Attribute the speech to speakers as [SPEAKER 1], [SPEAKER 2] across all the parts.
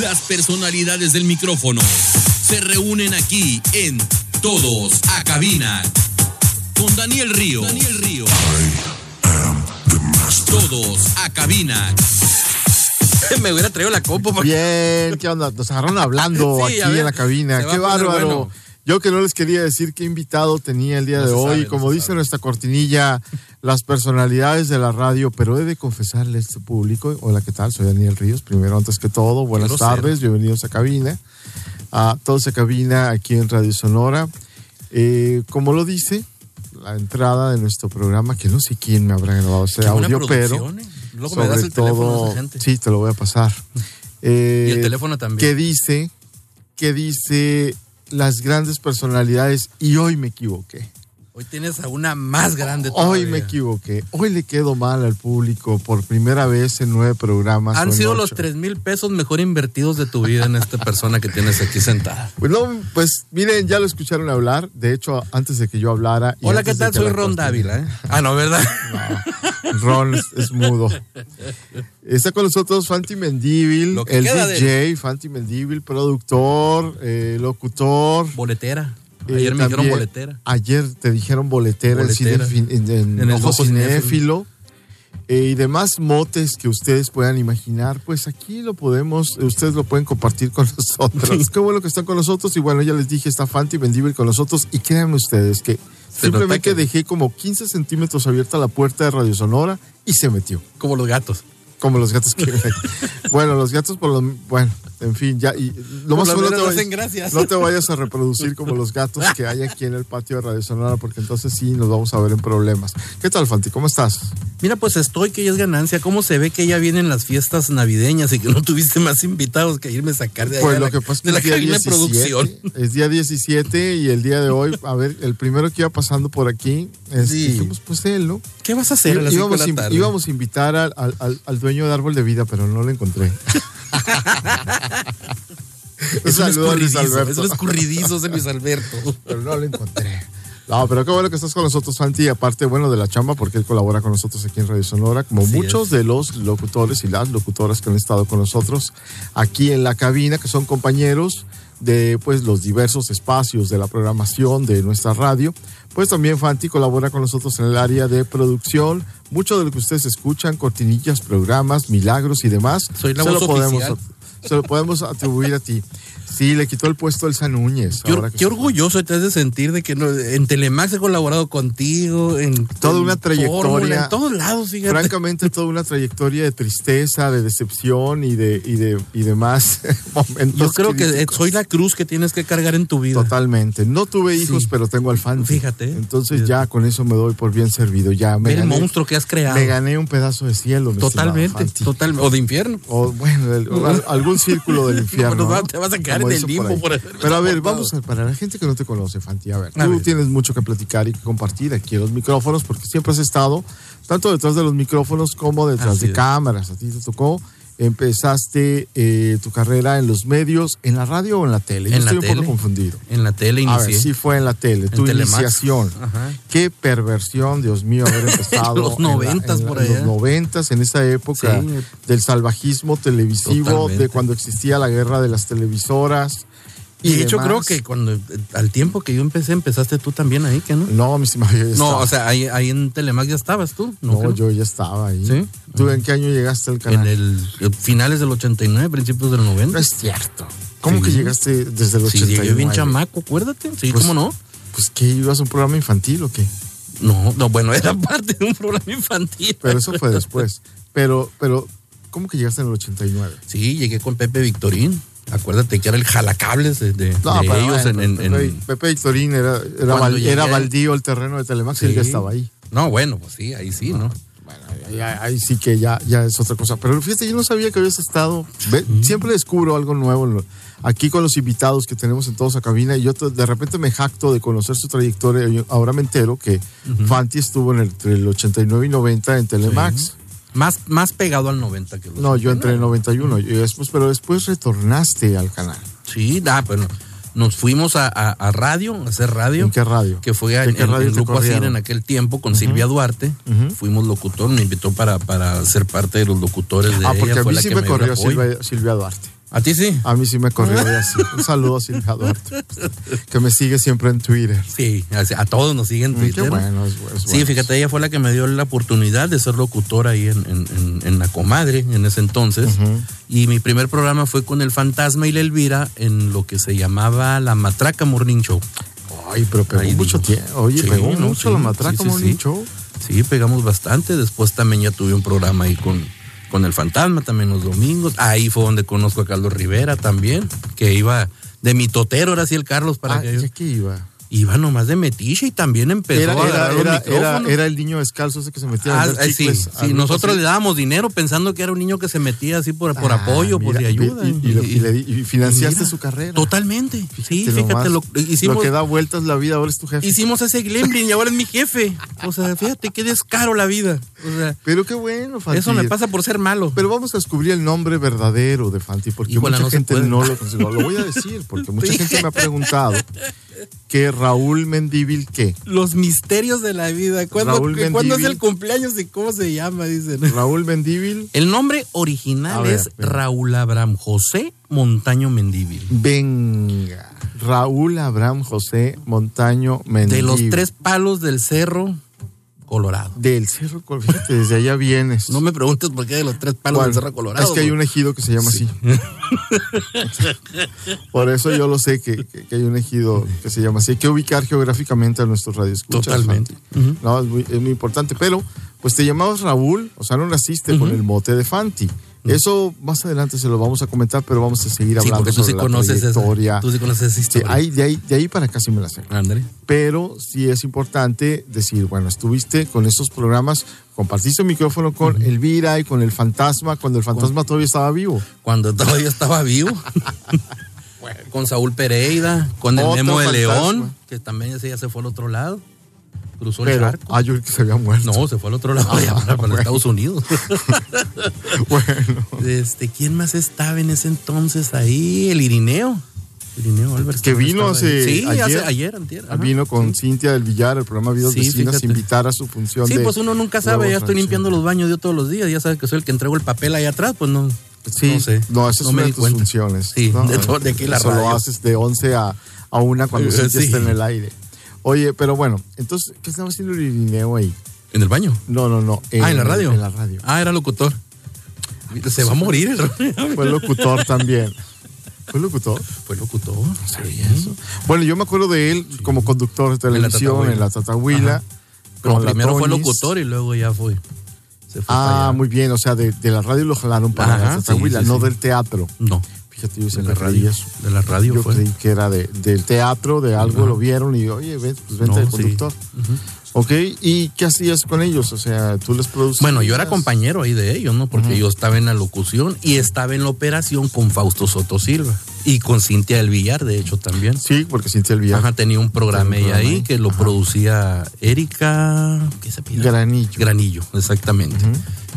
[SPEAKER 1] Las personalidades del micrófono se reúnen aquí en Todos a Cabina con Daniel Río. Daniel Río. Todos a Cabina.
[SPEAKER 2] Me hubiera traído la copa. man.
[SPEAKER 3] Bien, ¿qué onda? Nos agarraron hablando
[SPEAKER 2] Sí,
[SPEAKER 3] aquí
[SPEAKER 2] a ver,
[SPEAKER 3] en la cabina.
[SPEAKER 2] se va
[SPEAKER 3] Qué
[SPEAKER 2] a poner
[SPEAKER 3] bárbaro.
[SPEAKER 2] bueno.
[SPEAKER 3] Yo que no les quería decir qué invitado tenía el día
[SPEAKER 2] No
[SPEAKER 3] de
[SPEAKER 2] se
[SPEAKER 3] hoy.
[SPEAKER 2] sabe, no
[SPEAKER 3] Como
[SPEAKER 2] se
[SPEAKER 3] dice
[SPEAKER 2] sabe.
[SPEAKER 3] nuestra cortinilla, las personalidades de la radio. Pero he de confesarle a este público. Hola, ¿qué tal? Soy Daniel Ríos. Primero, antes que todo, buenas
[SPEAKER 2] grosero.
[SPEAKER 3] tardes. Bienvenidos a cabina. A todos a cabina aquí en Radio Sonora. Eh, como lo dice la entrada de nuestro programa, que no sé quién me habrá grabado ese
[SPEAKER 2] Qué buena
[SPEAKER 3] audio, pero
[SPEAKER 2] producción, eh. Luego me das el teléfono de esa gente.
[SPEAKER 3] Sí, te lo voy a pasar. Eh,
[SPEAKER 2] Y el teléfono también.
[SPEAKER 3] Que dice, que dice las grandes personalidades y hoy me equivoqué.
[SPEAKER 2] Hoy tienes a una más grande
[SPEAKER 3] Hoy
[SPEAKER 2] todavía.
[SPEAKER 3] me equivoqué. Hoy le quedo mal al público por primera vez en nueve programas. o
[SPEAKER 2] Han
[SPEAKER 3] en
[SPEAKER 2] sido
[SPEAKER 3] ocho.
[SPEAKER 2] los tres mil pesos mejor invertidos de tu vida en esta persona que tienes aquí sentada.
[SPEAKER 3] Bueno, pues miren, ya lo escucharon hablar. De hecho, antes de que yo hablara. y
[SPEAKER 2] Hola,
[SPEAKER 3] antes
[SPEAKER 2] ¿qué
[SPEAKER 3] de
[SPEAKER 2] tal?
[SPEAKER 3] que
[SPEAKER 2] Soy
[SPEAKER 3] la
[SPEAKER 2] Ron
[SPEAKER 3] costa-
[SPEAKER 2] Dávila. ¿eh? Ah, no, ¿verdad?
[SPEAKER 3] Ron es, es mudo. Está con nosotros Fanti Mendíbil,
[SPEAKER 2] Lo que
[SPEAKER 3] el
[SPEAKER 2] queda de
[SPEAKER 3] DJ, Fanti Mendíbil, productor, eh, locutor.
[SPEAKER 2] Boletera.
[SPEAKER 3] Eh,
[SPEAKER 2] Ayer me dijeron
[SPEAKER 3] también,
[SPEAKER 2] boletera.
[SPEAKER 3] Ayer te dijeron boletera, en
[SPEAKER 2] Boletera.
[SPEAKER 3] cinefin- en, en
[SPEAKER 2] En el
[SPEAKER 3] Ojo
[SPEAKER 2] Ojo
[SPEAKER 3] Cinéfilo. eh, y demás motes que ustedes puedan imaginar, pues aquí lo podemos, ustedes lo pueden compartir con nosotros. Qué bueno que están con nosotros. Y bueno, ya les dije, está Fanti Vendível con nosotros. Y créanme ustedes que
[SPEAKER 2] Se nota
[SPEAKER 3] simplemente
[SPEAKER 2] que-
[SPEAKER 3] dejé como 15 centímetros abierta la puerta de Radio Sonora y se metió.
[SPEAKER 2] Como los gatos.
[SPEAKER 3] Como los gatos que. bueno, los gatos por lo. Bueno, en fin, ya. Y lo
[SPEAKER 2] Por
[SPEAKER 3] más
[SPEAKER 2] lo
[SPEAKER 3] seguro no
[SPEAKER 2] menos
[SPEAKER 3] te,
[SPEAKER 2] hacen
[SPEAKER 3] vayas,
[SPEAKER 2] gracias.
[SPEAKER 3] no te vayas a reproducir como los gatos que hay aquí en el patio de Radio Sonora, porque entonces sí nos vamos a ver en problemas. ¿Qué tal, Fanti? ¿Cómo estás?
[SPEAKER 2] Mira, pues estoy, que ya es ganancia. ¿Cómo se ve que ya vienen las fiestas navideñas y que no tuviste más invitados que irme a sacar de ahí
[SPEAKER 3] Pues
[SPEAKER 2] a
[SPEAKER 3] lo
[SPEAKER 2] la-
[SPEAKER 3] que pasa es que
[SPEAKER 2] de la
[SPEAKER 3] es día
[SPEAKER 2] cabina de
[SPEAKER 3] 17,
[SPEAKER 2] producción?
[SPEAKER 3] es día 17 y el día de hoy, a ver, el primero que iba pasando por aquí, es,
[SPEAKER 2] Sí.
[SPEAKER 3] dijimos, pues él, ¿no?
[SPEAKER 2] ¿Qué vas a hacer a las cinco de
[SPEAKER 3] íbamos,
[SPEAKER 2] la
[SPEAKER 3] a invi-
[SPEAKER 2] tarde?
[SPEAKER 3] íbamos a invitar al, al- al- al dueño de Árbol de Vida, pero no lo encontré. Un
[SPEAKER 2] Es un
[SPEAKER 3] saludo a Luis
[SPEAKER 2] escurridizo, es
[SPEAKER 3] Alberto.
[SPEAKER 2] un escurridizo ese Luis Alberto.
[SPEAKER 3] pero no lo encontré. No, pero qué bueno que estás con nosotros, Santi. Y aparte, bueno, de la chamba, porque él colabora con nosotros aquí en Radio Sonora, como
[SPEAKER 2] Así
[SPEAKER 3] muchos
[SPEAKER 2] es.
[SPEAKER 3] de los locutores y las locutoras que han estado con nosotros aquí en la cabina, que son compañeros de pues los diversos espacios de la programación de nuestra radio. Pues también Fanti colabora con nosotros en el área de producción. Mucho de lo que ustedes escuchan, cortinillas, programas, milagros y demás,
[SPEAKER 2] Soy la
[SPEAKER 3] se
[SPEAKER 2] voz
[SPEAKER 3] lo podemos,
[SPEAKER 2] oficial.
[SPEAKER 3] se lo podemos atribuir a ti. Sí, le quitó el puesto Elsa Núñez.
[SPEAKER 2] Qué,
[SPEAKER 3] ahora
[SPEAKER 2] or-
[SPEAKER 3] que
[SPEAKER 2] qué
[SPEAKER 3] se-
[SPEAKER 2] orgulloso te has de sentir de que no- en Telemax he colaborado contigo, en
[SPEAKER 3] Toda
[SPEAKER 2] en
[SPEAKER 3] una trayectoria.
[SPEAKER 2] Fórmula, en todos lados, fíjate.
[SPEAKER 3] Francamente, toda una trayectoria de tristeza, de decepción y de, y de y demás momentos.
[SPEAKER 2] Yo creo que eh,
[SPEAKER 3] críticos.
[SPEAKER 2] soy la cruz que tienes que cargar en tu vida.
[SPEAKER 3] pues, Totalmente. No tuve hijos,
[SPEAKER 2] Sí.
[SPEAKER 3] pero tengo al fan.
[SPEAKER 2] Fíjate.
[SPEAKER 3] Entonces ya con eso me doy por bien servido. Ya me
[SPEAKER 2] Ve el
[SPEAKER 3] gané,
[SPEAKER 2] monstruo que has creado.
[SPEAKER 3] me gané un pedazo de cielo. mi estimado
[SPEAKER 2] Totalmente,
[SPEAKER 3] Fanti.
[SPEAKER 2] totalmente. O de infierno.
[SPEAKER 3] O bueno, el- o al- algún círculo del infierno.
[SPEAKER 2] No, pero
[SPEAKER 3] ¿no?
[SPEAKER 2] te vas a quedar
[SPEAKER 3] Como
[SPEAKER 2] en el
[SPEAKER 3] dicen
[SPEAKER 2] limbo
[SPEAKER 3] ahí.
[SPEAKER 2] por haber
[SPEAKER 3] Pero a ver,
[SPEAKER 2] soportado.
[SPEAKER 3] vamos a para la gente que no te conoce, Fanti. A ver,
[SPEAKER 2] A
[SPEAKER 3] tú
[SPEAKER 2] ver.
[SPEAKER 3] tienes mucho que platicar y que compartir aquí en los micrófonos porque siempre has estado tanto detrás de los micrófonos como detrás
[SPEAKER 2] Así
[SPEAKER 3] de
[SPEAKER 2] es.
[SPEAKER 3] cámaras. A ti te tocó. Empezaste eh, tu carrera en los medios, en la radio o en la tele. Yo
[SPEAKER 2] En la
[SPEAKER 3] estoy un
[SPEAKER 2] tele.
[SPEAKER 3] poco confundido.
[SPEAKER 2] En la tele
[SPEAKER 3] A ver,
[SPEAKER 2] inicié.
[SPEAKER 3] sí fue en la tele, tu
[SPEAKER 2] Telemax.
[SPEAKER 3] iniciación.
[SPEAKER 2] Ajá.
[SPEAKER 3] Qué perversión, Dios mío, haber empezado.
[SPEAKER 2] En los
[SPEAKER 3] la-
[SPEAKER 2] noventas por
[SPEAKER 3] En
[SPEAKER 2] allá.
[SPEAKER 3] los noventas, en esa época
[SPEAKER 2] Sí.
[SPEAKER 3] del salvajismo televisivo, de
[SPEAKER 2] Totalmente.
[SPEAKER 3] cuando existía la guerra de las televisoras.
[SPEAKER 2] y de hecho
[SPEAKER 3] demás.
[SPEAKER 2] creo que cuando eh, al tiempo que yo empecé, empezaste tú también ahí, ¿qué no?
[SPEAKER 3] No, mi estimado, yo ya
[SPEAKER 2] No,
[SPEAKER 3] estaba.
[SPEAKER 2] o sea, ahí, ahí en Telemax ya estabas tú. No,
[SPEAKER 3] No,
[SPEAKER 2] ¿Qué no?
[SPEAKER 3] yo ya estaba ahí.
[SPEAKER 2] Sí.
[SPEAKER 3] ¿Tú en qué año llegaste al
[SPEAKER 2] En
[SPEAKER 3] canal?
[SPEAKER 2] el eh, finales del 89, principios del 90.
[SPEAKER 3] No es cierto. ¿Cómo
[SPEAKER 2] Sí.
[SPEAKER 3] que llegaste desde el
[SPEAKER 2] Sí,
[SPEAKER 3] 89?
[SPEAKER 2] llegué bien chamaco, acuérdate. Sí,
[SPEAKER 3] Pues-
[SPEAKER 2] ¿cómo no?
[SPEAKER 3] Pues que ibas a un programa infantil o qué?
[SPEAKER 2] No, no, bueno, era parte de un programa infantil.
[SPEAKER 3] Pero eso fue después. Pero, pero, ¿cómo que llegaste en el 89?
[SPEAKER 2] Sí, llegué con Pepe Victorín. Acuérdate que era el jalacables de, de-
[SPEAKER 3] No,
[SPEAKER 2] de
[SPEAKER 3] pero
[SPEAKER 2] ellos
[SPEAKER 3] bueno,
[SPEAKER 2] en- en-
[SPEAKER 3] Pepe,
[SPEAKER 2] en-
[SPEAKER 3] Pepe Victorín era, era,
[SPEAKER 2] Cuando
[SPEAKER 3] val-
[SPEAKER 2] llegué
[SPEAKER 3] era
[SPEAKER 2] ahí-
[SPEAKER 3] baldío el terreno de Telemax y él ya
[SPEAKER 2] Sí.
[SPEAKER 3] estaba ahí.
[SPEAKER 2] No, bueno, pues sí, ahí sí, ¿no?
[SPEAKER 3] Bueno, ahí, ahí- ahí sí que ya, ya es otra cosa. Pero fíjate, yo no sabía que habías estado. Ve, Siempre descubro algo nuevo en lo- aquí con los invitados que tenemos en todos a cabina. Y yo to- de repente me jacto de conocer su trayectoria. Yo ahora me entero que Fanti estuvo en el, entre el 89 y 90 en Telemax.
[SPEAKER 2] Más, más pegado al 90 que los
[SPEAKER 3] No, yo entré en 91. Y después, pero después retornaste al canal.
[SPEAKER 2] Sí, ah, bueno, nos fuimos a, a- a radio, a hacer radio.
[SPEAKER 3] ¿En qué radio?
[SPEAKER 2] Que fue
[SPEAKER 3] ¿De
[SPEAKER 2] en,
[SPEAKER 3] qué
[SPEAKER 2] en-
[SPEAKER 3] radio
[SPEAKER 2] en
[SPEAKER 3] te
[SPEAKER 2] Grupo Asir
[SPEAKER 3] corrieron?
[SPEAKER 2] en aquel tiempo con Silvia Duarte. Fuimos locutor, me invitó para, para ser parte de los locutores de
[SPEAKER 3] Ah, porque
[SPEAKER 2] ella,
[SPEAKER 3] a
[SPEAKER 2] fue
[SPEAKER 3] mí
[SPEAKER 2] la
[SPEAKER 3] sí
[SPEAKER 2] que
[SPEAKER 3] me
[SPEAKER 2] dio el
[SPEAKER 3] corrió
[SPEAKER 2] apoyo.
[SPEAKER 3] Silvia, Silvia Duarte.
[SPEAKER 2] ¿A ti sí?
[SPEAKER 3] A mí sí me corrió de así. Un saludo a Silvia Duarte, que me sigue siempre en Twitter.
[SPEAKER 2] Sí, a, a todos nos siguen
[SPEAKER 3] Mm, Qué
[SPEAKER 2] Twitter.
[SPEAKER 3] bueno, es, bu- es
[SPEAKER 2] Sí,
[SPEAKER 3] bueno.
[SPEAKER 2] fíjate, ella fue la que me dio la oportunidad de ser locutora ahí en, en- en- en La Comadre, en ese entonces. Y mi primer programa fue con El Fantasma y la Elvira en lo que se llamaba La Matraca Morning Show.
[SPEAKER 3] Ay, pero pegó
[SPEAKER 2] Ahí
[SPEAKER 3] mucho
[SPEAKER 2] digo.
[SPEAKER 3] tiempo. Oye,
[SPEAKER 2] Sí,
[SPEAKER 3] pegó
[SPEAKER 2] ¿no?
[SPEAKER 3] mucho
[SPEAKER 2] Sí,
[SPEAKER 3] la matraca,
[SPEAKER 2] sí, sí,
[SPEAKER 3] como
[SPEAKER 2] sí. Sí, pegamos bastante. Después también ya tuve un programa ahí con, con El Fantasma, también los domingos. Ahí fue donde conozco a Carlos Rivera también, que iba de mitotero, ahora sí el Carlos, para
[SPEAKER 3] Ah,
[SPEAKER 2] que yo-
[SPEAKER 3] ¿y qué iba?
[SPEAKER 2] Iba nomás de metiche y también empezó
[SPEAKER 3] Era,
[SPEAKER 2] a agarrar
[SPEAKER 3] era,
[SPEAKER 2] los
[SPEAKER 3] era, era,
[SPEAKER 2] micrófonos.
[SPEAKER 3] era el niño descalzo ese que se metía
[SPEAKER 2] Ah,
[SPEAKER 3] a vender
[SPEAKER 2] eh, sí,
[SPEAKER 3] chicles.
[SPEAKER 2] sí,
[SPEAKER 3] algo
[SPEAKER 2] nosotros
[SPEAKER 3] así.
[SPEAKER 2] le dábamos dinero pensando que era un niño que se metía así por, por
[SPEAKER 3] Ah,
[SPEAKER 2] apoyo, por
[SPEAKER 3] mira,
[SPEAKER 2] ayuda.
[SPEAKER 3] y- y- y le- y le di- y financiaste
[SPEAKER 2] mira,
[SPEAKER 3] su carrera.
[SPEAKER 2] Totalmente. Sí,
[SPEAKER 3] Fíjate
[SPEAKER 2] fíjate,
[SPEAKER 3] nomás,
[SPEAKER 2] lo, hicimos,
[SPEAKER 3] lo que da vueltas la vida, ahora es tu jefe.
[SPEAKER 2] hicimos ese Gremlin y ahora es mi jefe. O sea, fíjate qué descaro la vida. O sea,
[SPEAKER 3] Pero qué bueno, Fanti.
[SPEAKER 2] eso me pasa por ser malo.
[SPEAKER 3] Pero vamos a descubrir el nombre verdadero de Fanti, porque
[SPEAKER 2] Híjole,
[SPEAKER 3] mucha
[SPEAKER 2] no se
[SPEAKER 3] gente
[SPEAKER 2] puede.
[SPEAKER 3] no lo consiguió. Lo voy a decir, porque mucha gente me ha preguntado que Raúl Mendívil, ¿qué?
[SPEAKER 2] Los misterios de la vida. ¿Cuándo,
[SPEAKER 3] Raúl
[SPEAKER 2] cu- ¿cuándo es
[SPEAKER 3] Mendívil.
[SPEAKER 2] el cumpleaños y cómo se llama? Dicen.
[SPEAKER 3] Raúl Mendívil
[SPEAKER 2] El nombre original
[SPEAKER 3] A ver,
[SPEAKER 2] es
[SPEAKER 3] venga.
[SPEAKER 2] Raúl Abraham José Montaño Mendívil.
[SPEAKER 3] Venga. Raúl Abraham José Montaño Mendívil.
[SPEAKER 2] De los tres palos del cerro Colorado.
[SPEAKER 3] Del Cerro Col- fíjate, desde allá vienes.
[SPEAKER 2] No me preguntes por qué de los tres palos
[SPEAKER 3] Bueno,
[SPEAKER 2] del Ah, Cerro Colorado.
[SPEAKER 3] Es que hay un ejido que se llama así. Por eso yo lo sé que, que- que hay un ejido que se llama así. Hay que ubicar geográficamente a nuestros radioescuchas.
[SPEAKER 2] Totalmente.
[SPEAKER 3] Fanti. No, es muy, es muy importante. Pero, pues te llamabas Raúl, o sea, no naciste con el mote de Fanti. Eso más adelante se lo vamos a comentar, pero vamos a seguir
[SPEAKER 2] Sí,
[SPEAKER 3] hablando
[SPEAKER 2] porque tú
[SPEAKER 3] sobre
[SPEAKER 2] sí
[SPEAKER 3] la
[SPEAKER 2] conoces esa
[SPEAKER 3] trayectoria.
[SPEAKER 2] Tú sí conoces esa
[SPEAKER 3] Sí,
[SPEAKER 2] historia.
[SPEAKER 3] ahí- de, ahí, de ahí para acá sí me la sé
[SPEAKER 2] Ándale.
[SPEAKER 3] pero sí es importante decir, bueno, estuviste con estos programas, compartiste el micrófono con Elvira y con el fantasma, cuando el fantasma todavía estaba vivo.
[SPEAKER 2] Cuando todavía estaba vivo. Con Saúl Pereira, con el
[SPEAKER 3] Otro
[SPEAKER 2] Memo de
[SPEAKER 3] fantasma.
[SPEAKER 2] León, que también ese ya se fue al otro lado. Cruzó el
[SPEAKER 3] Pero,
[SPEAKER 2] charco.
[SPEAKER 3] ah, yo creí que se había muerto.
[SPEAKER 2] No, se fue al otro lado
[SPEAKER 3] Ah,
[SPEAKER 2] ya para, para Estados Unidos.
[SPEAKER 3] Bueno,
[SPEAKER 2] Este, ¿quién más estaba en ese entonces ahí? El Irineo. Irineo Álvarez.
[SPEAKER 3] Que
[SPEAKER 2] también
[SPEAKER 3] vino
[SPEAKER 2] estaba ahí.
[SPEAKER 3] hace-
[SPEAKER 2] Sí, hace-
[SPEAKER 3] ayer. Ah,
[SPEAKER 2] ayer, antier, ajá.
[SPEAKER 3] vino con Cintia del Villar, el programa Vidas
[SPEAKER 2] Sí,
[SPEAKER 3] Vecinas,
[SPEAKER 2] fíjate.
[SPEAKER 3] invitar a su función
[SPEAKER 2] Sí,
[SPEAKER 3] de-
[SPEAKER 2] pues uno nunca
[SPEAKER 3] Nueva
[SPEAKER 2] sabe, ya estoy
[SPEAKER 3] Tradición.
[SPEAKER 2] limpiando los baños yo todos los días, ya sabes que soy el que entrego el papel ahí atrás, pues no.
[SPEAKER 3] Sí, no,
[SPEAKER 2] no sé.
[SPEAKER 3] esa es
[SPEAKER 2] no
[SPEAKER 3] una
[SPEAKER 2] me
[SPEAKER 3] de
[SPEAKER 2] di
[SPEAKER 3] tus
[SPEAKER 2] cuenta.
[SPEAKER 3] funciones.
[SPEAKER 2] Sí,
[SPEAKER 3] ¿no?
[SPEAKER 2] de, todo- de aquí la
[SPEAKER 3] Eso
[SPEAKER 2] radio.
[SPEAKER 3] lo haces de 11 a, a 1 cuando
[SPEAKER 2] Eh,
[SPEAKER 3] Cintia
[SPEAKER 2] sí.
[SPEAKER 3] está en el aire. Oye, pero bueno, entonces, ¿qué estaba haciendo el Irineo ahí?
[SPEAKER 2] ¿En el baño?
[SPEAKER 3] No, no, no.
[SPEAKER 2] ah, en la radio.
[SPEAKER 3] En la radio. Ah,
[SPEAKER 2] Ah, era locutor. Se va a morir el Ronnie.
[SPEAKER 3] Fue locutor también. Fue locutor.
[SPEAKER 2] Fue locutor. Sí,
[SPEAKER 3] Bueno, yo me acuerdo de él como conductor de
[SPEAKER 2] la
[SPEAKER 3] televisión
[SPEAKER 2] Tatahuila.
[SPEAKER 3] en la Tatahuila.
[SPEAKER 2] Ajá. Pero
[SPEAKER 3] con la
[SPEAKER 2] primero fue
[SPEAKER 3] Tonis.
[SPEAKER 2] locutor y luego ya fue. Se fue para
[SPEAKER 3] Ah,
[SPEAKER 2] allá.
[SPEAKER 3] muy bien. O sea, de, de la radio lo jalaron para
[SPEAKER 2] Ajá,
[SPEAKER 3] la
[SPEAKER 2] sí,
[SPEAKER 3] Tatahuila,
[SPEAKER 2] sí,
[SPEAKER 3] no
[SPEAKER 2] sí.
[SPEAKER 3] del teatro.
[SPEAKER 2] No,
[SPEAKER 3] Fíjate, yo
[SPEAKER 2] de
[SPEAKER 3] siempre
[SPEAKER 2] la
[SPEAKER 3] creí
[SPEAKER 2] radio.
[SPEAKER 3] eso.
[SPEAKER 2] De la radio
[SPEAKER 3] Yo
[SPEAKER 2] fue.
[SPEAKER 3] creí que era de, del teatro, de algo
[SPEAKER 2] Ajá.
[SPEAKER 3] lo vieron y oye, ven, pues vente
[SPEAKER 2] No,
[SPEAKER 3] de
[SPEAKER 2] sí.
[SPEAKER 3] conductor. Ok, ¿y qué hacías con ellos? O sea, tú les producías.
[SPEAKER 2] Bueno, yo era compañero ahí de ellos, ¿no? Porque yo estaba en la locución y estaba en la operación con Fausto Soto Silva y con Cintia del Villar, de hecho, también.
[SPEAKER 3] Sí, porque Cintia el
[SPEAKER 2] Ajá, tenía un programa
[SPEAKER 3] Tenía un
[SPEAKER 2] ella
[SPEAKER 3] programa ahí.
[SPEAKER 2] ahí que lo producía Erika. ¿Qué se pide?
[SPEAKER 3] Granillo.
[SPEAKER 2] Granillo, exactamente.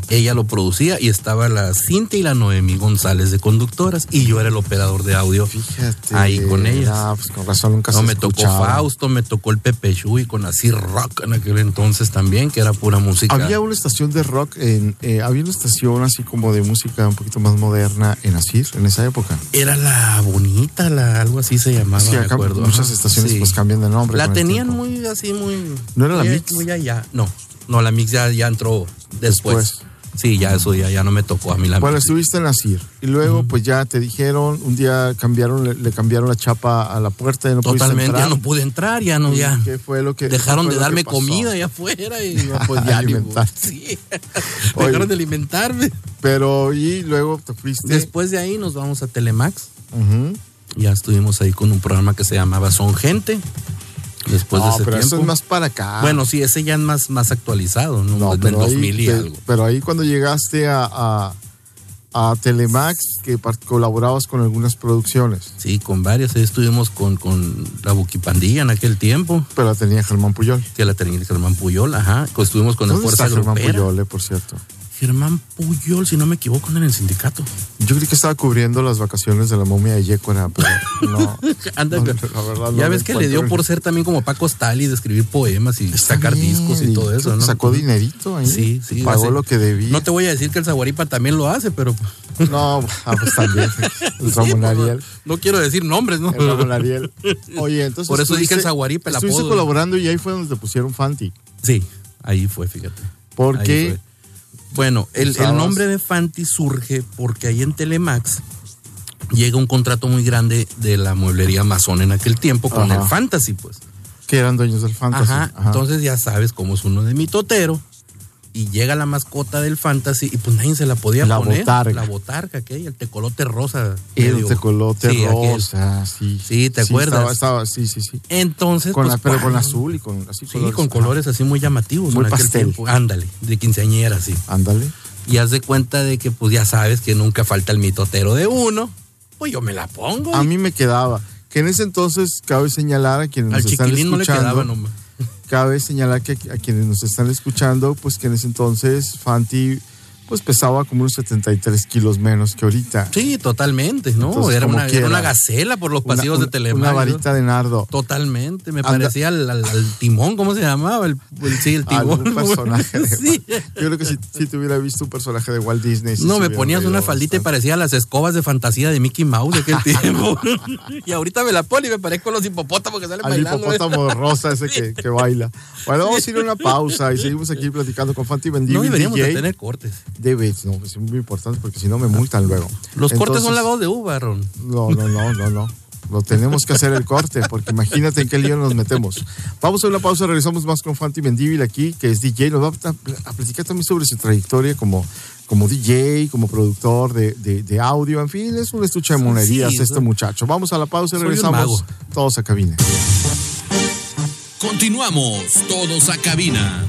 [SPEAKER 2] Ella lo producía y estaba la Cintia y la Noemi González de conductoras y yo era el operador de audio
[SPEAKER 3] Fíjate.
[SPEAKER 2] ahí con ellas.
[SPEAKER 3] Ah, pues con razón nunca
[SPEAKER 2] No,
[SPEAKER 3] se
[SPEAKER 2] me tocó
[SPEAKER 3] escuchaba.
[SPEAKER 2] Fausto, me tocó el Pepe Shui con así rock en aquel entonces también, que era pura música.
[SPEAKER 3] Había una estación de rock, en, eh, había una estación así como de música un poquito más moderna en Asir, en esa época.
[SPEAKER 2] Era la bonita, la algo así se llamaba,
[SPEAKER 3] Sí,
[SPEAKER 2] me
[SPEAKER 3] acá
[SPEAKER 2] Ah, acuerdo.
[SPEAKER 3] muchas
[SPEAKER 2] Ajá,
[SPEAKER 3] estaciones
[SPEAKER 2] sí.
[SPEAKER 3] pues cambian de nombre.
[SPEAKER 2] La
[SPEAKER 3] con el
[SPEAKER 2] tenían
[SPEAKER 3] tiempo.
[SPEAKER 2] muy así, muy.
[SPEAKER 3] ¿No era la
[SPEAKER 2] muy-
[SPEAKER 3] Mix?
[SPEAKER 2] Muy allá. No, no, la Mix ya, ya entró después.
[SPEAKER 3] Después.
[SPEAKER 2] Sí, ya eso ya, ya no me tocó a mí la
[SPEAKER 3] Bueno,
[SPEAKER 2] Mix.
[SPEAKER 3] estuviste en Asir y luego pues ya te dijeron, un día cambiaron, le, le cambiaron la chapa a la puerta y no pudiste
[SPEAKER 2] Totalmente,
[SPEAKER 3] entrar.
[SPEAKER 2] ya no pude entrar, ya no, ya.
[SPEAKER 3] ¿Qué fue lo que
[SPEAKER 2] Dejaron
[SPEAKER 3] qué
[SPEAKER 2] de
[SPEAKER 3] fue lo que
[SPEAKER 2] darme
[SPEAKER 3] pasó?
[SPEAKER 2] comida allá afuera y yo, pues ya ni modo.
[SPEAKER 3] Alimentarte.
[SPEAKER 2] Sí.
[SPEAKER 3] Oye.
[SPEAKER 2] Dejaron de alimentarme.
[SPEAKER 3] Pero y luego te fuiste.
[SPEAKER 2] Después de ahí nos vamos a Telemax.
[SPEAKER 3] Ujú.
[SPEAKER 2] Ya estuvimos ahí con un programa que se llamaba Son Gente. Después Pues, de
[SPEAKER 3] no,
[SPEAKER 2] ese
[SPEAKER 3] pero
[SPEAKER 2] tiempo.
[SPEAKER 3] eso es más para acá.
[SPEAKER 2] Bueno, sí, ese ya es más, más actualizado, ¿no?
[SPEAKER 3] No,
[SPEAKER 2] Del
[SPEAKER 3] pero ahí,
[SPEAKER 2] 2000 y
[SPEAKER 3] te-
[SPEAKER 2] algo.
[SPEAKER 3] pero ahí cuando llegaste a, a, a Telemax, que par- colaborabas con algunas producciones,
[SPEAKER 2] Sí, con varias. Ahí estuvimos con, con la Buquipandilla en aquel tiempo,
[SPEAKER 3] pero la tenía Germán Puyol.
[SPEAKER 2] que la tenía Germán Puyol, ajá. Pues estuvimos con la
[SPEAKER 3] ¿Dónde
[SPEAKER 2] Fuerza
[SPEAKER 3] está Germán
[SPEAKER 2] Grupera.
[SPEAKER 3] Puyol, eh, por cierto?
[SPEAKER 2] Germán Puyol, si no me equivoco, anda en el sindicato.
[SPEAKER 3] Yo creí que estaba cubriendo las vacaciones de la momia de Yécora, pero no.
[SPEAKER 2] Anda,
[SPEAKER 3] No, la verdad,
[SPEAKER 2] ya
[SPEAKER 3] no
[SPEAKER 2] ves
[SPEAKER 3] le
[SPEAKER 2] que le dio
[SPEAKER 3] encuentro
[SPEAKER 2] por
[SPEAKER 3] el-
[SPEAKER 2] ser también como Paco Stalin de escribir poemas y
[SPEAKER 3] Está
[SPEAKER 2] sacar
[SPEAKER 3] bien,
[SPEAKER 2] discos y todo eso,
[SPEAKER 3] creo que
[SPEAKER 2] ¿no?
[SPEAKER 3] Sacó dinerito ahí.
[SPEAKER 2] Sí, sí.
[SPEAKER 3] Pagó
[SPEAKER 2] hace-
[SPEAKER 3] lo que debía.
[SPEAKER 2] No te voy a decir que el Zaguaripa también lo hace, pero.
[SPEAKER 3] No, ah, pues también. El Ramón Ariel.
[SPEAKER 2] pues, No quiero decir nombres, ¿no?
[SPEAKER 3] El Ramón Ariel. Oye, entonces.
[SPEAKER 2] Por eso dije
[SPEAKER 3] estuviste-
[SPEAKER 2] el Zaguaripa, el
[SPEAKER 3] Estuviste
[SPEAKER 2] apodo.
[SPEAKER 3] colaborando y ahí fue donde te pusieron Fanti.
[SPEAKER 2] Sí, ahí fue, fíjate. Ahí
[SPEAKER 3] Porque.
[SPEAKER 2] fue. Bueno, el, el
[SPEAKER 3] Usabas-
[SPEAKER 2] nombre de Fanti surge porque ahí en Telemax llega un contrato muy grande de la mueblería Amazon en aquel tiempo con
[SPEAKER 3] Ajá.
[SPEAKER 2] el Fantasy, pues.
[SPEAKER 3] Que eran dueños del Fantasy.
[SPEAKER 2] Ajá, Entonces ya sabes cómo es uno de mitotero. Y llega la mascota del fantasy y pues nadie se la podía
[SPEAKER 3] La
[SPEAKER 2] poner.
[SPEAKER 3] botarga.
[SPEAKER 2] La botarga, aquella, el tecolote rosa.
[SPEAKER 3] el
[SPEAKER 2] medio.
[SPEAKER 3] tecolote
[SPEAKER 2] Sí, aquel.
[SPEAKER 3] rosa, sí.
[SPEAKER 2] Sí, ¿te acuerdas?
[SPEAKER 3] Estaba, estaba- sí, sí, sí.
[SPEAKER 2] Entonces,
[SPEAKER 3] Con
[SPEAKER 2] pues,
[SPEAKER 3] la- pero con
[SPEAKER 2] cuando-
[SPEAKER 3] azul y con así
[SPEAKER 2] Sí, con colores así muy llamativos.
[SPEAKER 3] Muy
[SPEAKER 2] en aquel
[SPEAKER 3] pastel.
[SPEAKER 2] tiempo. Ándale, de quinceañera, sí.
[SPEAKER 3] Ajá. Ándale.
[SPEAKER 2] Y haz de cuenta de que pues ya sabes que nunca falta el mitotero de uno. Pues yo me la pongo.
[SPEAKER 3] A
[SPEAKER 2] y
[SPEAKER 3] mí me quedaba. Que en ese entonces cabe señalar a quienes
[SPEAKER 2] al
[SPEAKER 3] nos están
[SPEAKER 2] chiquilín no le
[SPEAKER 3] escuchando.
[SPEAKER 2] quedaba nomás.
[SPEAKER 3] Cabe señalar que a quienes nos están escuchando, pues que en ese entonces Fanti pues pesaba como unos 73 kilos menos que ahorita.
[SPEAKER 2] Sí, totalmente, ¿no?
[SPEAKER 3] Entonces,
[SPEAKER 2] era,
[SPEAKER 3] como
[SPEAKER 2] una, era
[SPEAKER 3] quiera.
[SPEAKER 2] una gacela por los
[SPEAKER 3] Una-
[SPEAKER 2] pasillos
[SPEAKER 3] una-
[SPEAKER 2] de Telemax.
[SPEAKER 3] Una
[SPEAKER 2] ¿no?
[SPEAKER 3] varita de nardo.
[SPEAKER 2] Totalmente, me
[SPEAKER 3] Anda-
[SPEAKER 2] parecía al, al- al timón, ¿cómo se llamaba? El, el- sí, el timón.
[SPEAKER 3] Algún personaje. de-
[SPEAKER 2] Sí.
[SPEAKER 3] Yo creo que si, si te hubiera visto un personaje de Walt Disney. sí
[SPEAKER 2] No,
[SPEAKER 3] se
[SPEAKER 2] me
[SPEAKER 3] hubiera
[SPEAKER 2] ponías
[SPEAKER 3] reído
[SPEAKER 2] una faldita y
[SPEAKER 3] bastante.
[SPEAKER 2] parecía las escobas de fantasía de Mickey Mouse de aquel tiempo. y ahorita me la pongo y me parezco a los hipopótamos que salen
[SPEAKER 3] Al
[SPEAKER 2] bailando. ¿eh?
[SPEAKER 3] hipopótamo rosa ese que, que baila. Bueno, vamos a ir a una pausa y seguimos aquí platicando con Fanti Mendívil,
[SPEAKER 2] No deberíamos
[SPEAKER 3] DJ.
[SPEAKER 2] de tener cortes.
[SPEAKER 3] Debes, no, pues es muy importante porque si no me multan luego.
[SPEAKER 2] Los cortes son
[SPEAKER 3] Entonces,
[SPEAKER 2] lavados de uva, Ron.
[SPEAKER 3] No, no, no, no, no. Lo tenemos que hacer el corte, porque imagínate en qué lío nos metemos. Vamos a una pausa, regresamos más con Fanti Mendívil aquí, que es DJ. Nos va a pl- a platicar también sobre su trayectoria como, como DJ, como productor de, de- de audio. En fin, es un estuche de monerías
[SPEAKER 2] sí,
[SPEAKER 3] este
[SPEAKER 2] soy-
[SPEAKER 3] muchacho. Vamos a la pausa y
[SPEAKER 2] Soy un
[SPEAKER 3] regresamos
[SPEAKER 2] mago.
[SPEAKER 3] todos a cabina.
[SPEAKER 1] Continuamos todos a cabina.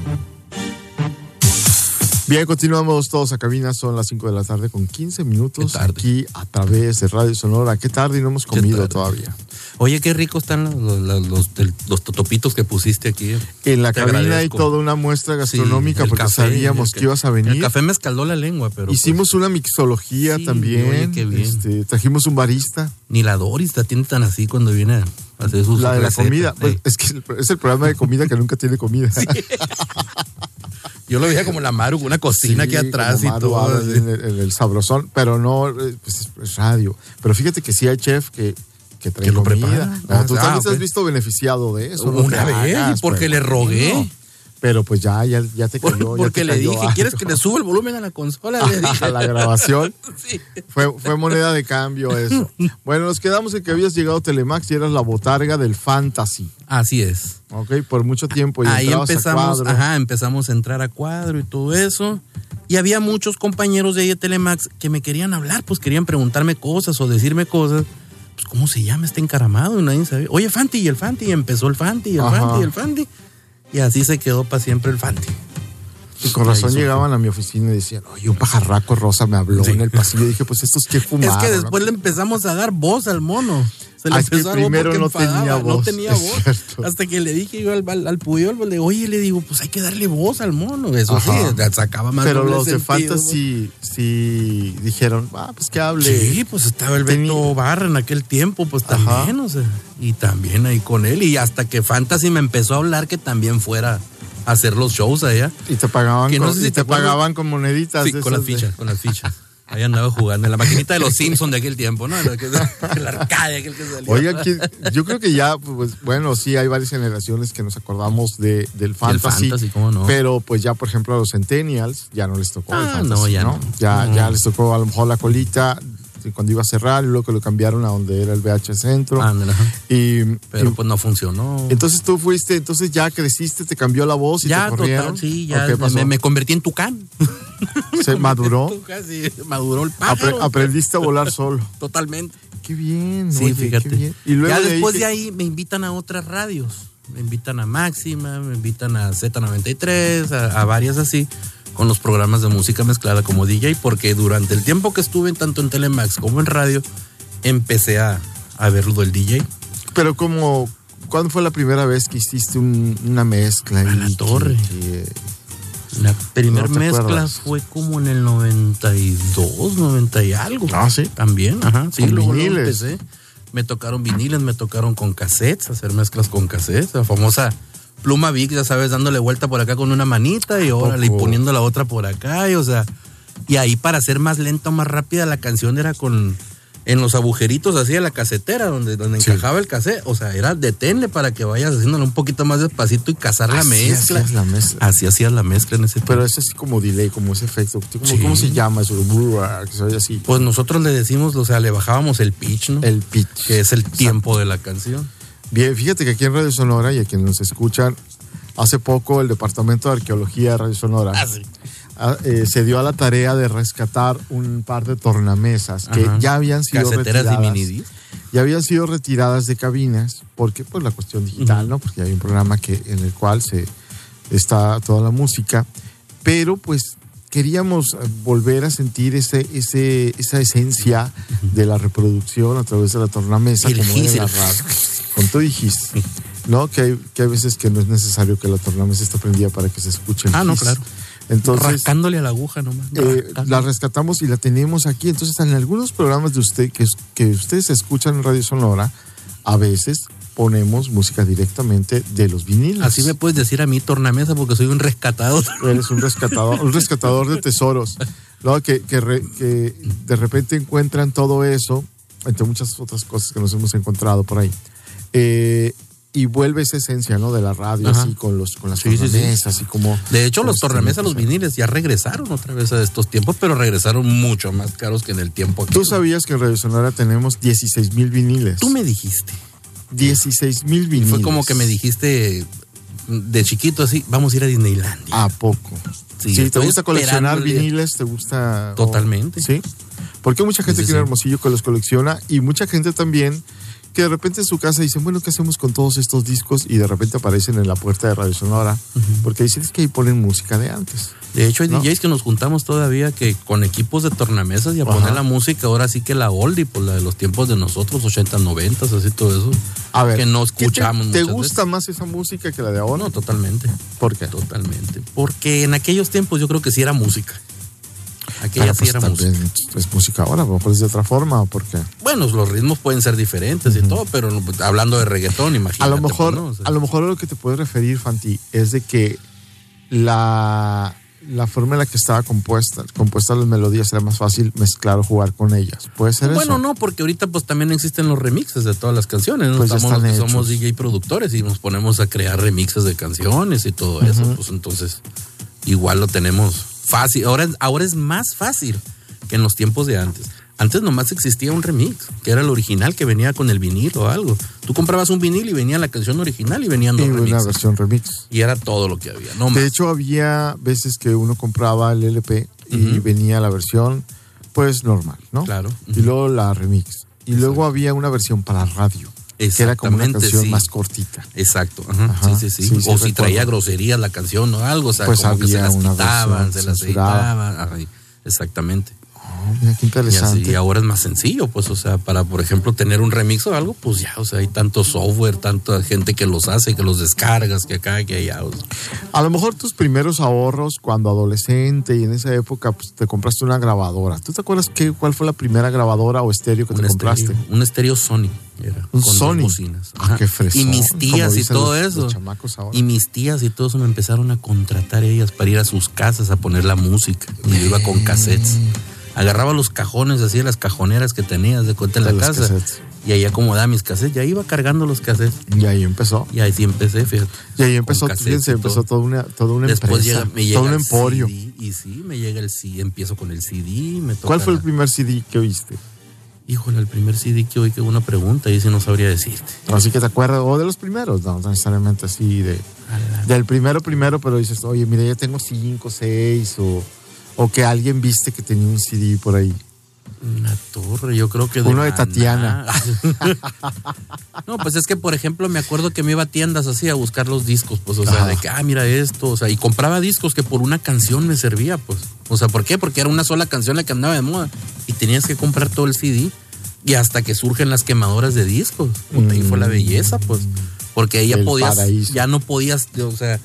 [SPEAKER 3] Bien, continuamos todos a cabina. Son las 5 de la tarde con 15 minutos
[SPEAKER 2] Qué tarde.
[SPEAKER 3] aquí a través de Radio Sonora. Qué tarde y no hemos comido
[SPEAKER 2] tarde.
[SPEAKER 3] todavía.
[SPEAKER 2] Oye, qué rico están los, los, los- el- los totopitos que pusiste aquí.
[SPEAKER 3] En la
[SPEAKER 2] Te
[SPEAKER 3] cabina hay
[SPEAKER 2] agradezco.
[SPEAKER 3] toda una muestra gastronómica
[SPEAKER 2] Sí, el
[SPEAKER 3] porque
[SPEAKER 2] café,
[SPEAKER 3] sabíamos
[SPEAKER 2] el
[SPEAKER 3] que ibas a
[SPEAKER 2] El
[SPEAKER 3] venir.
[SPEAKER 2] café me escaldó la lengua, pero pues
[SPEAKER 3] Hicimos una mixología
[SPEAKER 2] Sí,
[SPEAKER 3] también.
[SPEAKER 2] oye, qué bien.
[SPEAKER 3] este, trajimos un barista.
[SPEAKER 2] pues, ni la Doris la tiene tan así cuando viene a hacer sus
[SPEAKER 3] La de la
[SPEAKER 2] recetas.
[SPEAKER 3] comida. Pues,
[SPEAKER 2] Ey.
[SPEAKER 3] es que el- es el programa de comida que nunca tiene comida.
[SPEAKER 2] Yo lo veía como la Maru, una cocina
[SPEAKER 3] Sí,
[SPEAKER 2] aquí atrás y
[SPEAKER 3] como Maru
[SPEAKER 2] todo.
[SPEAKER 3] habla
[SPEAKER 2] así.
[SPEAKER 3] En el, en el sabrosón, pero no, eh, pues, es radio. Pero fíjate que sí hay chef que, que trae
[SPEAKER 2] Que lo
[SPEAKER 3] comida.
[SPEAKER 2] prepara.
[SPEAKER 3] No,
[SPEAKER 2] Ah,
[SPEAKER 3] tú
[SPEAKER 2] ah,
[SPEAKER 3] también te has
[SPEAKER 2] ok.
[SPEAKER 3] visto beneficiado de eso. no
[SPEAKER 2] Una
[SPEAKER 3] te
[SPEAKER 2] vez,
[SPEAKER 3] hagas,
[SPEAKER 2] y porque
[SPEAKER 3] pero
[SPEAKER 2] le rogué.
[SPEAKER 3] bueno. Pero pues ya, ya, ya te
[SPEAKER 2] Por-
[SPEAKER 3] cayó. ya
[SPEAKER 2] porque
[SPEAKER 3] te
[SPEAKER 2] le
[SPEAKER 3] cayó
[SPEAKER 2] dije,
[SPEAKER 3] algo.
[SPEAKER 2] ¿quieres que le suba el volumen a la consola? Le dije.
[SPEAKER 3] a la grabación?
[SPEAKER 2] Sí.
[SPEAKER 3] Fue, fue moneda de cambio eso. Bueno, nos quedamos en que habías llegado a Telemax y eras la botarga del fantasy,
[SPEAKER 2] Así es.
[SPEAKER 3] ¿ok? Por mucho tiempo y
[SPEAKER 2] Ahí
[SPEAKER 3] Pues entrabas a
[SPEAKER 2] empezamos,
[SPEAKER 3] cuadro.
[SPEAKER 2] ajá, empezamos a entrar a cuadro y todo eso. Y había muchos compañeros de ahí de Telemax que me querían hablar, pues querían preguntarme cosas o decirme cosas. Pues, ¿cómo se llama este encaramado? Y nadie sabía. Oye, Fanti, y el Fanti, y empezó el Fanti, y el
[SPEAKER 3] Ajá.
[SPEAKER 2] Fanti, y el Fanti. Y así se quedó para siempre el Fanti.
[SPEAKER 3] Y con
[SPEAKER 2] Ahí
[SPEAKER 3] razón
[SPEAKER 2] surgió.
[SPEAKER 3] llegaban a mi oficina y decían, oye, un pajarraco rosa me habló
[SPEAKER 2] Sí.
[SPEAKER 3] en el pasillo. Y dije, pues estos que fumaron.
[SPEAKER 2] es que
[SPEAKER 3] ¿no?
[SPEAKER 2] después le empezamos a dar voz al mono. Se le
[SPEAKER 3] Ah, es que
[SPEAKER 2] empezó a dar voz
[SPEAKER 3] primero
[SPEAKER 2] porque
[SPEAKER 3] no
[SPEAKER 2] enfadaba,
[SPEAKER 3] tenía voz,
[SPEAKER 2] No tenía
[SPEAKER 3] es
[SPEAKER 2] voz.
[SPEAKER 3] cierto.
[SPEAKER 2] Hasta que le dije yo al, al, al Puyol, le digo, oye, le digo, pues hay que darle voz al mono. Eso
[SPEAKER 3] Ajá.
[SPEAKER 2] sí, sacaba más
[SPEAKER 3] Pero
[SPEAKER 2] doble
[SPEAKER 3] los de
[SPEAKER 2] sentido,
[SPEAKER 3] fantasy sí dijeron, ah, pues que hable.
[SPEAKER 2] Sí, pues estaba el
[SPEAKER 3] Tenía-
[SPEAKER 2] Beto Barra en aquel tiempo, pues
[SPEAKER 3] Ajá.
[SPEAKER 2] también, o sea, y también ahí con él. Y hasta que Fantasy me empezó a hablar que también fuera a hacer los shows allá.
[SPEAKER 3] Y te pagaban,
[SPEAKER 2] Que no
[SPEAKER 3] con,
[SPEAKER 2] sé si
[SPEAKER 3] y te
[SPEAKER 2] te acuerdas-
[SPEAKER 3] pagaban con moneditas.
[SPEAKER 2] Sí,
[SPEAKER 3] de
[SPEAKER 2] con las
[SPEAKER 3] esas de-
[SPEAKER 2] fichas, con las fichas. Ahí andaba jugando en la maquinita de los Simpsons de aquel tiempo, ¿no? La que- El arcade aquel que salía.
[SPEAKER 3] Oigan, ¿quién- yo creo que ya, pues bueno, sí, hay varias generaciones que nos acordamos de, del fantasy.
[SPEAKER 2] fantasy, cómo no.
[SPEAKER 3] Pero pues ya, por ejemplo, a los centennials ya no les tocó el
[SPEAKER 2] Ah,
[SPEAKER 3] fantasy.
[SPEAKER 2] no, ya no.
[SPEAKER 3] Ya,
[SPEAKER 2] No.
[SPEAKER 3] ya les tocó a lo mejor la colita de cuando iba a cerrar y luego que lo cambiaron a donde era el VH Centro.
[SPEAKER 2] Ándale, ajá.
[SPEAKER 3] y,
[SPEAKER 2] Pero
[SPEAKER 3] y-
[SPEAKER 2] pues no funcionó.
[SPEAKER 3] entonces tú fuiste, entonces ya creciste, te cambió la voz y
[SPEAKER 2] ya,
[SPEAKER 3] te corrieron.
[SPEAKER 2] total, sí,
[SPEAKER 3] ¿O
[SPEAKER 2] ya
[SPEAKER 3] qué pasó?
[SPEAKER 2] me, me convertí en tucán.
[SPEAKER 3] Se maduró.
[SPEAKER 2] Tucán, sí, maduró el
[SPEAKER 3] Apre-
[SPEAKER 2] pájaro.
[SPEAKER 3] aprendiste a volar solo.
[SPEAKER 2] totalmente.
[SPEAKER 3] Qué bien.
[SPEAKER 2] Sí,
[SPEAKER 3] oye, qué
[SPEAKER 2] fíjate.
[SPEAKER 3] bien. Y luego
[SPEAKER 2] ya después
[SPEAKER 3] que-
[SPEAKER 2] de ahí me invitan a otras radios. Me invitan a Máxima, me invitan a Z93, a, a varias así, con los programas de música mezclada como DJ, porque durante el tiempo que estuve tanto en Telemax como en radio, empecé a, a verlo del DJ.
[SPEAKER 3] Pero como, ¿cuándo fue la primera vez que hiciste un- una mezcla?
[SPEAKER 2] A la
[SPEAKER 3] ahí que-
[SPEAKER 2] torre.
[SPEAKER 3] que-
[SPEAKER 2] La primera
[SPEAKER 3] No te
[SPEAKER 2] mezcla
[SPEAKER 3] acuerdas.
[SPEAKER 2] fue como en el 92, 90 y algo.
[SPEAKER 3] Ah, sí.
[SPEAKER 2] También, ajá. Sí,
[SPEAKER 3] Con
[SPEAKER 2] luego, luego
[SPEAKER 3] viniles.
[SPEAKER 2] empecé. Me tocaron viniles, me tocaron con cassettes, hacer mezclas con cassettes. La famosa pluma Vic, ya sabes, dándole vuelta por acá con una manita y órale, y
[SPEAKER 3] poco?
[SPEAKER 2] poniendo la otra por acá. Y, o sea, y ahí para hacer más lenta o más rápida la canción era con... En los agujeritos hacía la casetera donde, donde
[SPEAKER 3] Sí.
[SPEAKER 2] encajaba el cassette. O sea, era detenle para que vayas haciéndole un poquito más despacito y cazar la
[SPEAKER 3] Ah, Así
[SPEAKER 2] mezcla. Ah.
[SPEAKER 3] hacías la mezcla.
[SPEAKER 2] Así hacías la mezcla en ese
[SPEAKER 3] Pero es así como delay, como ese efecto. ¿Cómo,
[SPEAKER 2] Sí.
[SPEAKER 3] cómo se llama eso? Que se oye así.
[SPEAKER 2] Pues nosotros le decimos, o sea, le bajábamos el pitch, ¿no?
[SPEAKER 3] El pitch.
[SPEAKER 2] que es el tiempo de la canción.
[SPEAKER 3] Bien, fíjate que aquí en Radio Sonora y a quienes nos escuchan, hace poco el Departamento de Arqueología de Radio Sonora ah, eh, se dio a la tarea de rescatar un par de tornamesas que
[SPEAKER 2] Ajá.
[SPEAKER 3] ya habían sido
[SPEAKER 2] Caseteras y
[SPEAKER 3] retiradas.
[SPEAKER 2] minidisc.
[SPEAKER 3] ya habían sido retiradas de cabinas, porque pues la cuestión digital, ¿no? Porque hay un programa que, en el cual se está toda la música, pero pues queríamos eh, volver a sentir ese, ese, esa esencia de la reproducción a través de la tornamesa,
[SPEAKER 2] El
[SPEAKER 3] como era en la
[SPEAKER 2] gis, el-
[SPEAKER 3] radio. Con todo y gis, ¿no? Que hay, que hay veces que no es necesario que la tornamesa esté prendida para que se escuche el
[SPEAKER 2] Ah, no,
[SPEAKER 3] gis.
[SPEAKER 2] claro.
[SPEAKER 3] Entonces,
[SPEAKER 2] Rascándole a la aguja nomás.
[SPEAKER 3] eh,
[SPEAKER 2] Rascándole.
[SPEAKER 3] la rescatamos y la tenemos aquí. Entonces, en algunos programas de usted que, que ustedes escuchan en Radio Sonora, a veces ponemos música directamente de los vinilos.
[SPEAKER 2] Así me puedes decir a mí tornamesa porque soy un rescatado.
[SPEAKER 3] Eres un rescatador, un rescatador de tesoros, ¿no? que, que re- que de repente encuentran todo eso, entre muchas otras cosas que nos hemos encontrado por ahí. Eh, y vuelve esa esencia ¿no? de la radio,
[SPEAKER 2] Ajá.
[SPEAKER 3] así con, los, con las
[SPEAKER 2] Sí, sí, sí.
[SPEAKER 3] tornamesas, así como...
[SPEAKER 2] De hecho,
[SPEAKER 3] como
[SPEAKER 2] los
[SPEAKER 3] este
[SPEAKER 2] tornamesas, los
[SPEAKER 3] tipo de-
[SPEAKER 2] viniles, ya regresaron otra vez a estos tiempos, pero regresaron mucho más caros que en el tiempo aquí.
[SPEAKER 3] Tú sabías que en Radio Sonora tenemos 16 mil viniles.
[SPEAKER 2] Tú me dijiste.
[SPEAKER 3] 16 mil
[SPEAKER 2] Y
[SPEAKER 3] vinilos.
[SPEAKER 2] fue como que me dijiste de chiquito así, vamos a ir a Disneylandia.
[SPEAKER 3] ¿A poco?
[SPEAKER 2] Sí,
[SPEAKER 3] Sí, ¿te
[SPEAKER 2] estoy
[SPEAKER 3] gusta coleccionar
[SPEAKER 2] esperando el día.
[SPEAKER 3] viniles? ¿Te gusta? o-
[SPEAKER 2] Totalmente.
[SPEAKER 3] Sí. Porque hay mucha gente
[SPEAKER 2] Sí, sí,
[SPEAKER 3] que en
[SPEAKER 2] sí.
[SPEAKER 3] Hermosillo que los colecciona y mucha gente también que de repente en su casa dicen, bueno, ¿qué hacemos con todos estos discos? Y de repente aparecen en la puerta de Radio Sonora porque dicen es que ahí ponen música de antes.
[SPEAKER 2] De hecho, hay
[SPEAKER 3] ¿No?
[SPEAKER 2] DJs que nos juntamos todavía que con equipos de tornamesas y a
[SPEAKER 3] Ajá.
[SPEAKER 2] poner la música, ahora sí que la oldie, pues la de los tiempos de nosotros, 80, 90, así todo eso.
[SPEAKER 3] A ver.
[SPEAKER 2] Que no
[SPEAKER 3] ¿qué te-
[SPEAKER 2] escuchamos
[SPEAKER 3] ¿Te,
[SPEAKER 2] muchas
[SPEAKER 3] gusta más esa música que la de
[SPEAKER 2] O
[SPEAKER 3] ahora?
[SPEAKER 2] no, totalmente.
[SPEAKER 3] ¿Por qué?
[SPEAKER 2] Totalmente. Porque en aquellos tiempos yo creo que sí era música. Aquella
[SPEAKER 3] Pero,
[SPEAKER 2] sí
[SPEAKER 3] pues,
[SPEAKER 2] era música.
[SPEAKER 3] también Es música ahora, a lo mejor es de otra forma, porque...
[SPEAKER 2] Bueno, los ritmos pueden ser diferentes y todo, pero no, pues, hablando de reggaetón, imagínate.
[SPEAKER 3] A lo mejor,
[SPEAKER 2] pues, ¿no? O sea,
[SPEAKER 3] a lo mejor a lo que te puedes referir, Fanti, es de que la, la forma en la que estaba compuesta, compuestas las melodías era más fácil mezclar o jugar con ellas. Puede ser
[SPEAKER 2] Bueno,
[SPEAKER 3] eso.
[SPEAKER 2] no, porque ahorita pues también existen los remixes de todas las canciones. ¿no?
[SPEAKER 3] Pues ya
[SPEAKER 2] Estamos los
[SPEAKER 3] están
[SPEAKER 2] que somos
[SPEAKER 3] hechos.
[SPEAKER 2] DJ productores y nos ponemos a crear remixes de canciones y todo eso. Pues entonces, igual lo tenemos fácil. Ahora, ahora es más fácil que en los tiempos de antes. Antes nomás existía un remix, que era el original que venía con el vinilo o algo. Tú comprabas un vinil y venía la canción original y venían
[SPEAKER 3] Y
[SPEAKER 2] dos
[SPEAKER 3] una
[SPEAKER 2] remixes.
[SPEAKER 3] versión remix.
[SPEAKER 2] Y era todo lo que había. No
[SPEAKER 3] De
[SPEAKER 2] más.
[SPEAKER 3] hecho, había veces que uno compraba el LP y venía la versión, pues normal, ¿no?
[SPEAKER 2] Claro.
[SPEAKER 3] Y luego la remix. Y luego había una versión para radio, que era como una
[SPEAKER 2] Exactamente,
[SPEAKER 3] canción
[SPEAKER 2] sí.
[SPEAKER 3] más cortita.
[SPEAKER 2] Exacto, ajá,
[SPEAKER 3] Ajá,
[SPEAKER 2] sí, sí, sí.
[SPEAKER 3] sí, sí,
[SPEAKER 2] o si
[SPEAKER 3] recuerdo.
[SPEAKER 2] traía groserías la canción o algo, o sea,
[SPEAKER 3] Pues
[SPEAKER 2] como que se
[SPEAKER 3] había
[SPEAKER 2] las
[SPEAKER 3] una
[SPEAKER 2] quitaban,
[SPEAKER 3] versión
[SPEAKER 2] se las
[SPEAKER 3] censurada.
[SPEAKER 2] editaban. ajá, exactamente.
[SPEAKER 3] Oh, mira
[SPEAKER 2] Y, así,
[SPEAKER 3] qué interesante.
[SPEAKER 2] y ahora es más sencillo, pues, o sea, para, por ejemplo, tener un remix o algo, pues ya, o sea, hay tanto software, tanta gente que los hace, que los descargas, que acá, que allá. o sea.
[SPEAKER 3] A lo mejor tus primeros ahorros cuando adolescente y en esa época pues, te compraste una grabadora. ¿Tú te acuerdas qué, cuál fue la primera grabadora o estéreo que
[SPEAKER 2] un
[SPEAKER 3] te compraste?
[SPEAKER 2] estéreo, este un estéreo Sony. Era,
[SPEAKER 3] Un
[SPEAKER 2] con
[SPEAKER 3] Sony.
[SPEAKER 2] Dos bocinas.
[SPEAKER 3] Ah,
[SPEAKER 2] ajá.
[SPEAKER 3] qué fresón,
[SPEAKER 2] Y mis
[SPEAKER 3] como
[SPEAKER 2] tías y
[SPEAKER 3] dicen
[SPEAKER 2] todo
[SPEAKER 3] los-
[SPEAKER 2] eso.
[SPEAKER 3] los chamacos ahora.
[SPEAKER 2] Y mis tías y todo eso me empezaron a contratar ellas para ir a sus casas a poner la música. Y yo iba con cassettes. Agarraba los cajones, así las cajoneras que tenías de cuenta en
[SPEAKER 3] De
[SPEAKER 2] la
[SPEAKER 3] los
[SPEAKER 2] casa.
[SPEAKER 3] cassettes.
[SPEAKER 2] Y ahí acomodaba mis cassettes. Ya iba cargando los cassettes.
[SPEAKER 3] Y ahí empezó.
[SPEAKER 2] Y ahí sí empecé, fíjate.
[SPEAKER 3] Y ahí
[SPEAKER 2] Con
[SPEAKER 3] empezó,
[SPEAKER 2] cassettes
[SPEAKER 3] fíjense,
[SPEAKER 2] y
[SPEAKER 3] empezó
[SPEAKER 2] todo.
[SPEAKER 3] toda una, toda una
[SPEAKER 2] Después
[SPEAKER 3] empresa,
[SPEAKER 2] llega, me llega
[SPEAKER 3] todo un
[SPEAKER 2] el
[SPEAKER 3] emporio.
[SPEAKER 2] CD, y sí, me llega el CD. Empiezo con el CD. Me toca
[SPEAKER 3] ¿Cuál fue el
[SPEAKER 2] la-
[SPEAKER 3] primer CD que oíste?
[SPEAKER 2] Híjole, el primer CD que oí que hubo una pregunta y ese no sabría decirte.
[SPEAKER 3] Así que te acuerdas, o de los primeros, no no necesariamente así, de, del primero primero, pero dices, oye, mira, ya tengo cinco, seis, o, o que alguien viste que tenía un CD por ahí.
[SPEAKER 2] Una torre, yo creo que
[SPEAKER 3] Uno de
[SPEAKER 2] Maná.
[SPEAKER 3] Tatiana.
[SPEAKER 2] no, pues es que, por ejemplo, me acuerdo que me iba a tiendas así a buscar los discos, pues, o sea,
[SPEAKER 3] Ajá.
[SPEAKER 2] de que, ah, mira esto, o sea, y compraba discos que por una canción me servía, pues. O sea, ¿por qué? Porque era una sola canción la que andaba de moda y tenías que comprar todo el CD y hasta que surgen las quemadoras de discos. Puta, ahí fue la belleza, pues, porque ahí ya
[SPEAKER 3] Mm. El
[SPEAKER 2] podías,
[SPEAKER 3] paraíso.
[SPEAKER 2] ya no podías, o sea,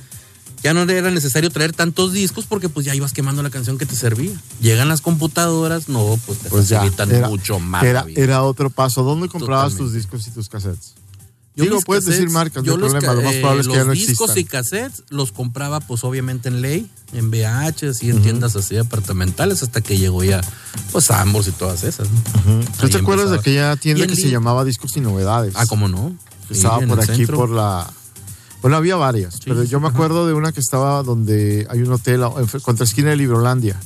[SPEAKER 2] Ya no era necesario traer tantos discos porque pues ya ibas quemando la canción que te servía. Llegan las computadoras, no, pues te
[SPEAKER 3] Pues ya,
[SPEAKER 2] facilitan
[SPEAKER 3] era-
[SPEAKER 2] mucho más. la
[SPEAKER 3] Era, eh,
[SPEAKER 2] vida.
[SPEAKER 3] era otro paso. ¿Dónde comprabas tus
[SPEAKER 2] Totalmente.
[SPEAKER 3] discos y tus cassettes?
[SPEAKER 2] Yo
[SPEAKER 3] Digo,
[SPEAKER 2] mis
[SPEAKER 3] puedes
[SPEAKER 2] cassettes,
[SPEAKER 3] decir marcas, no hay
[SPEAKER 2] los
[SPEAKER 3] problema,
[SPEAKER 2] ca-
[SPEAKER 3] lo más
[SPEAKER 2] eh,
[SPEAKER 3] probable es que ya
[SPEAKER 2] los
[SPEAKER 3] no
[SPEAKER 2] discos
[SPEAKER 3] existan.
[SPEAKER 2] y cassettes los compraba pues obviamente en ley, en VHs y en tiendas así departamentales hasta que llegó ya pues Ambos y todas esas. ¿no?
[SPEAKER 3] ¿Tú
[SPEAKER 2] Ahí
[SPEAKER 3] te acuerdas de
[SPEAKER 2] empezaba.
[SPEAKER 3] aquella
[SPEAKER 2] Y
[SPEAKER 3] tienda
[SPEAKER 2] en
[SPEAKER 3] que se
[SPEAKER 2] línea.
[SPEAKER 3] llamaba Discos y Novedades?
[SPEAKER 2] Ah, ¿cómo no?
[SPEAKER 3] Que estaba
[SPEAKER 2] Sí, en
[SPEAKER 3] por
[SPEAKER 2] el
[SPEAKER 3] aquí,
[SPEAKER 2] centro.
[SPEAKER 3] por la... Bueno, había varias, pero yo me acuerdo de una que estaba donde hay un hotel, en fr- contra esquina de Librolandia.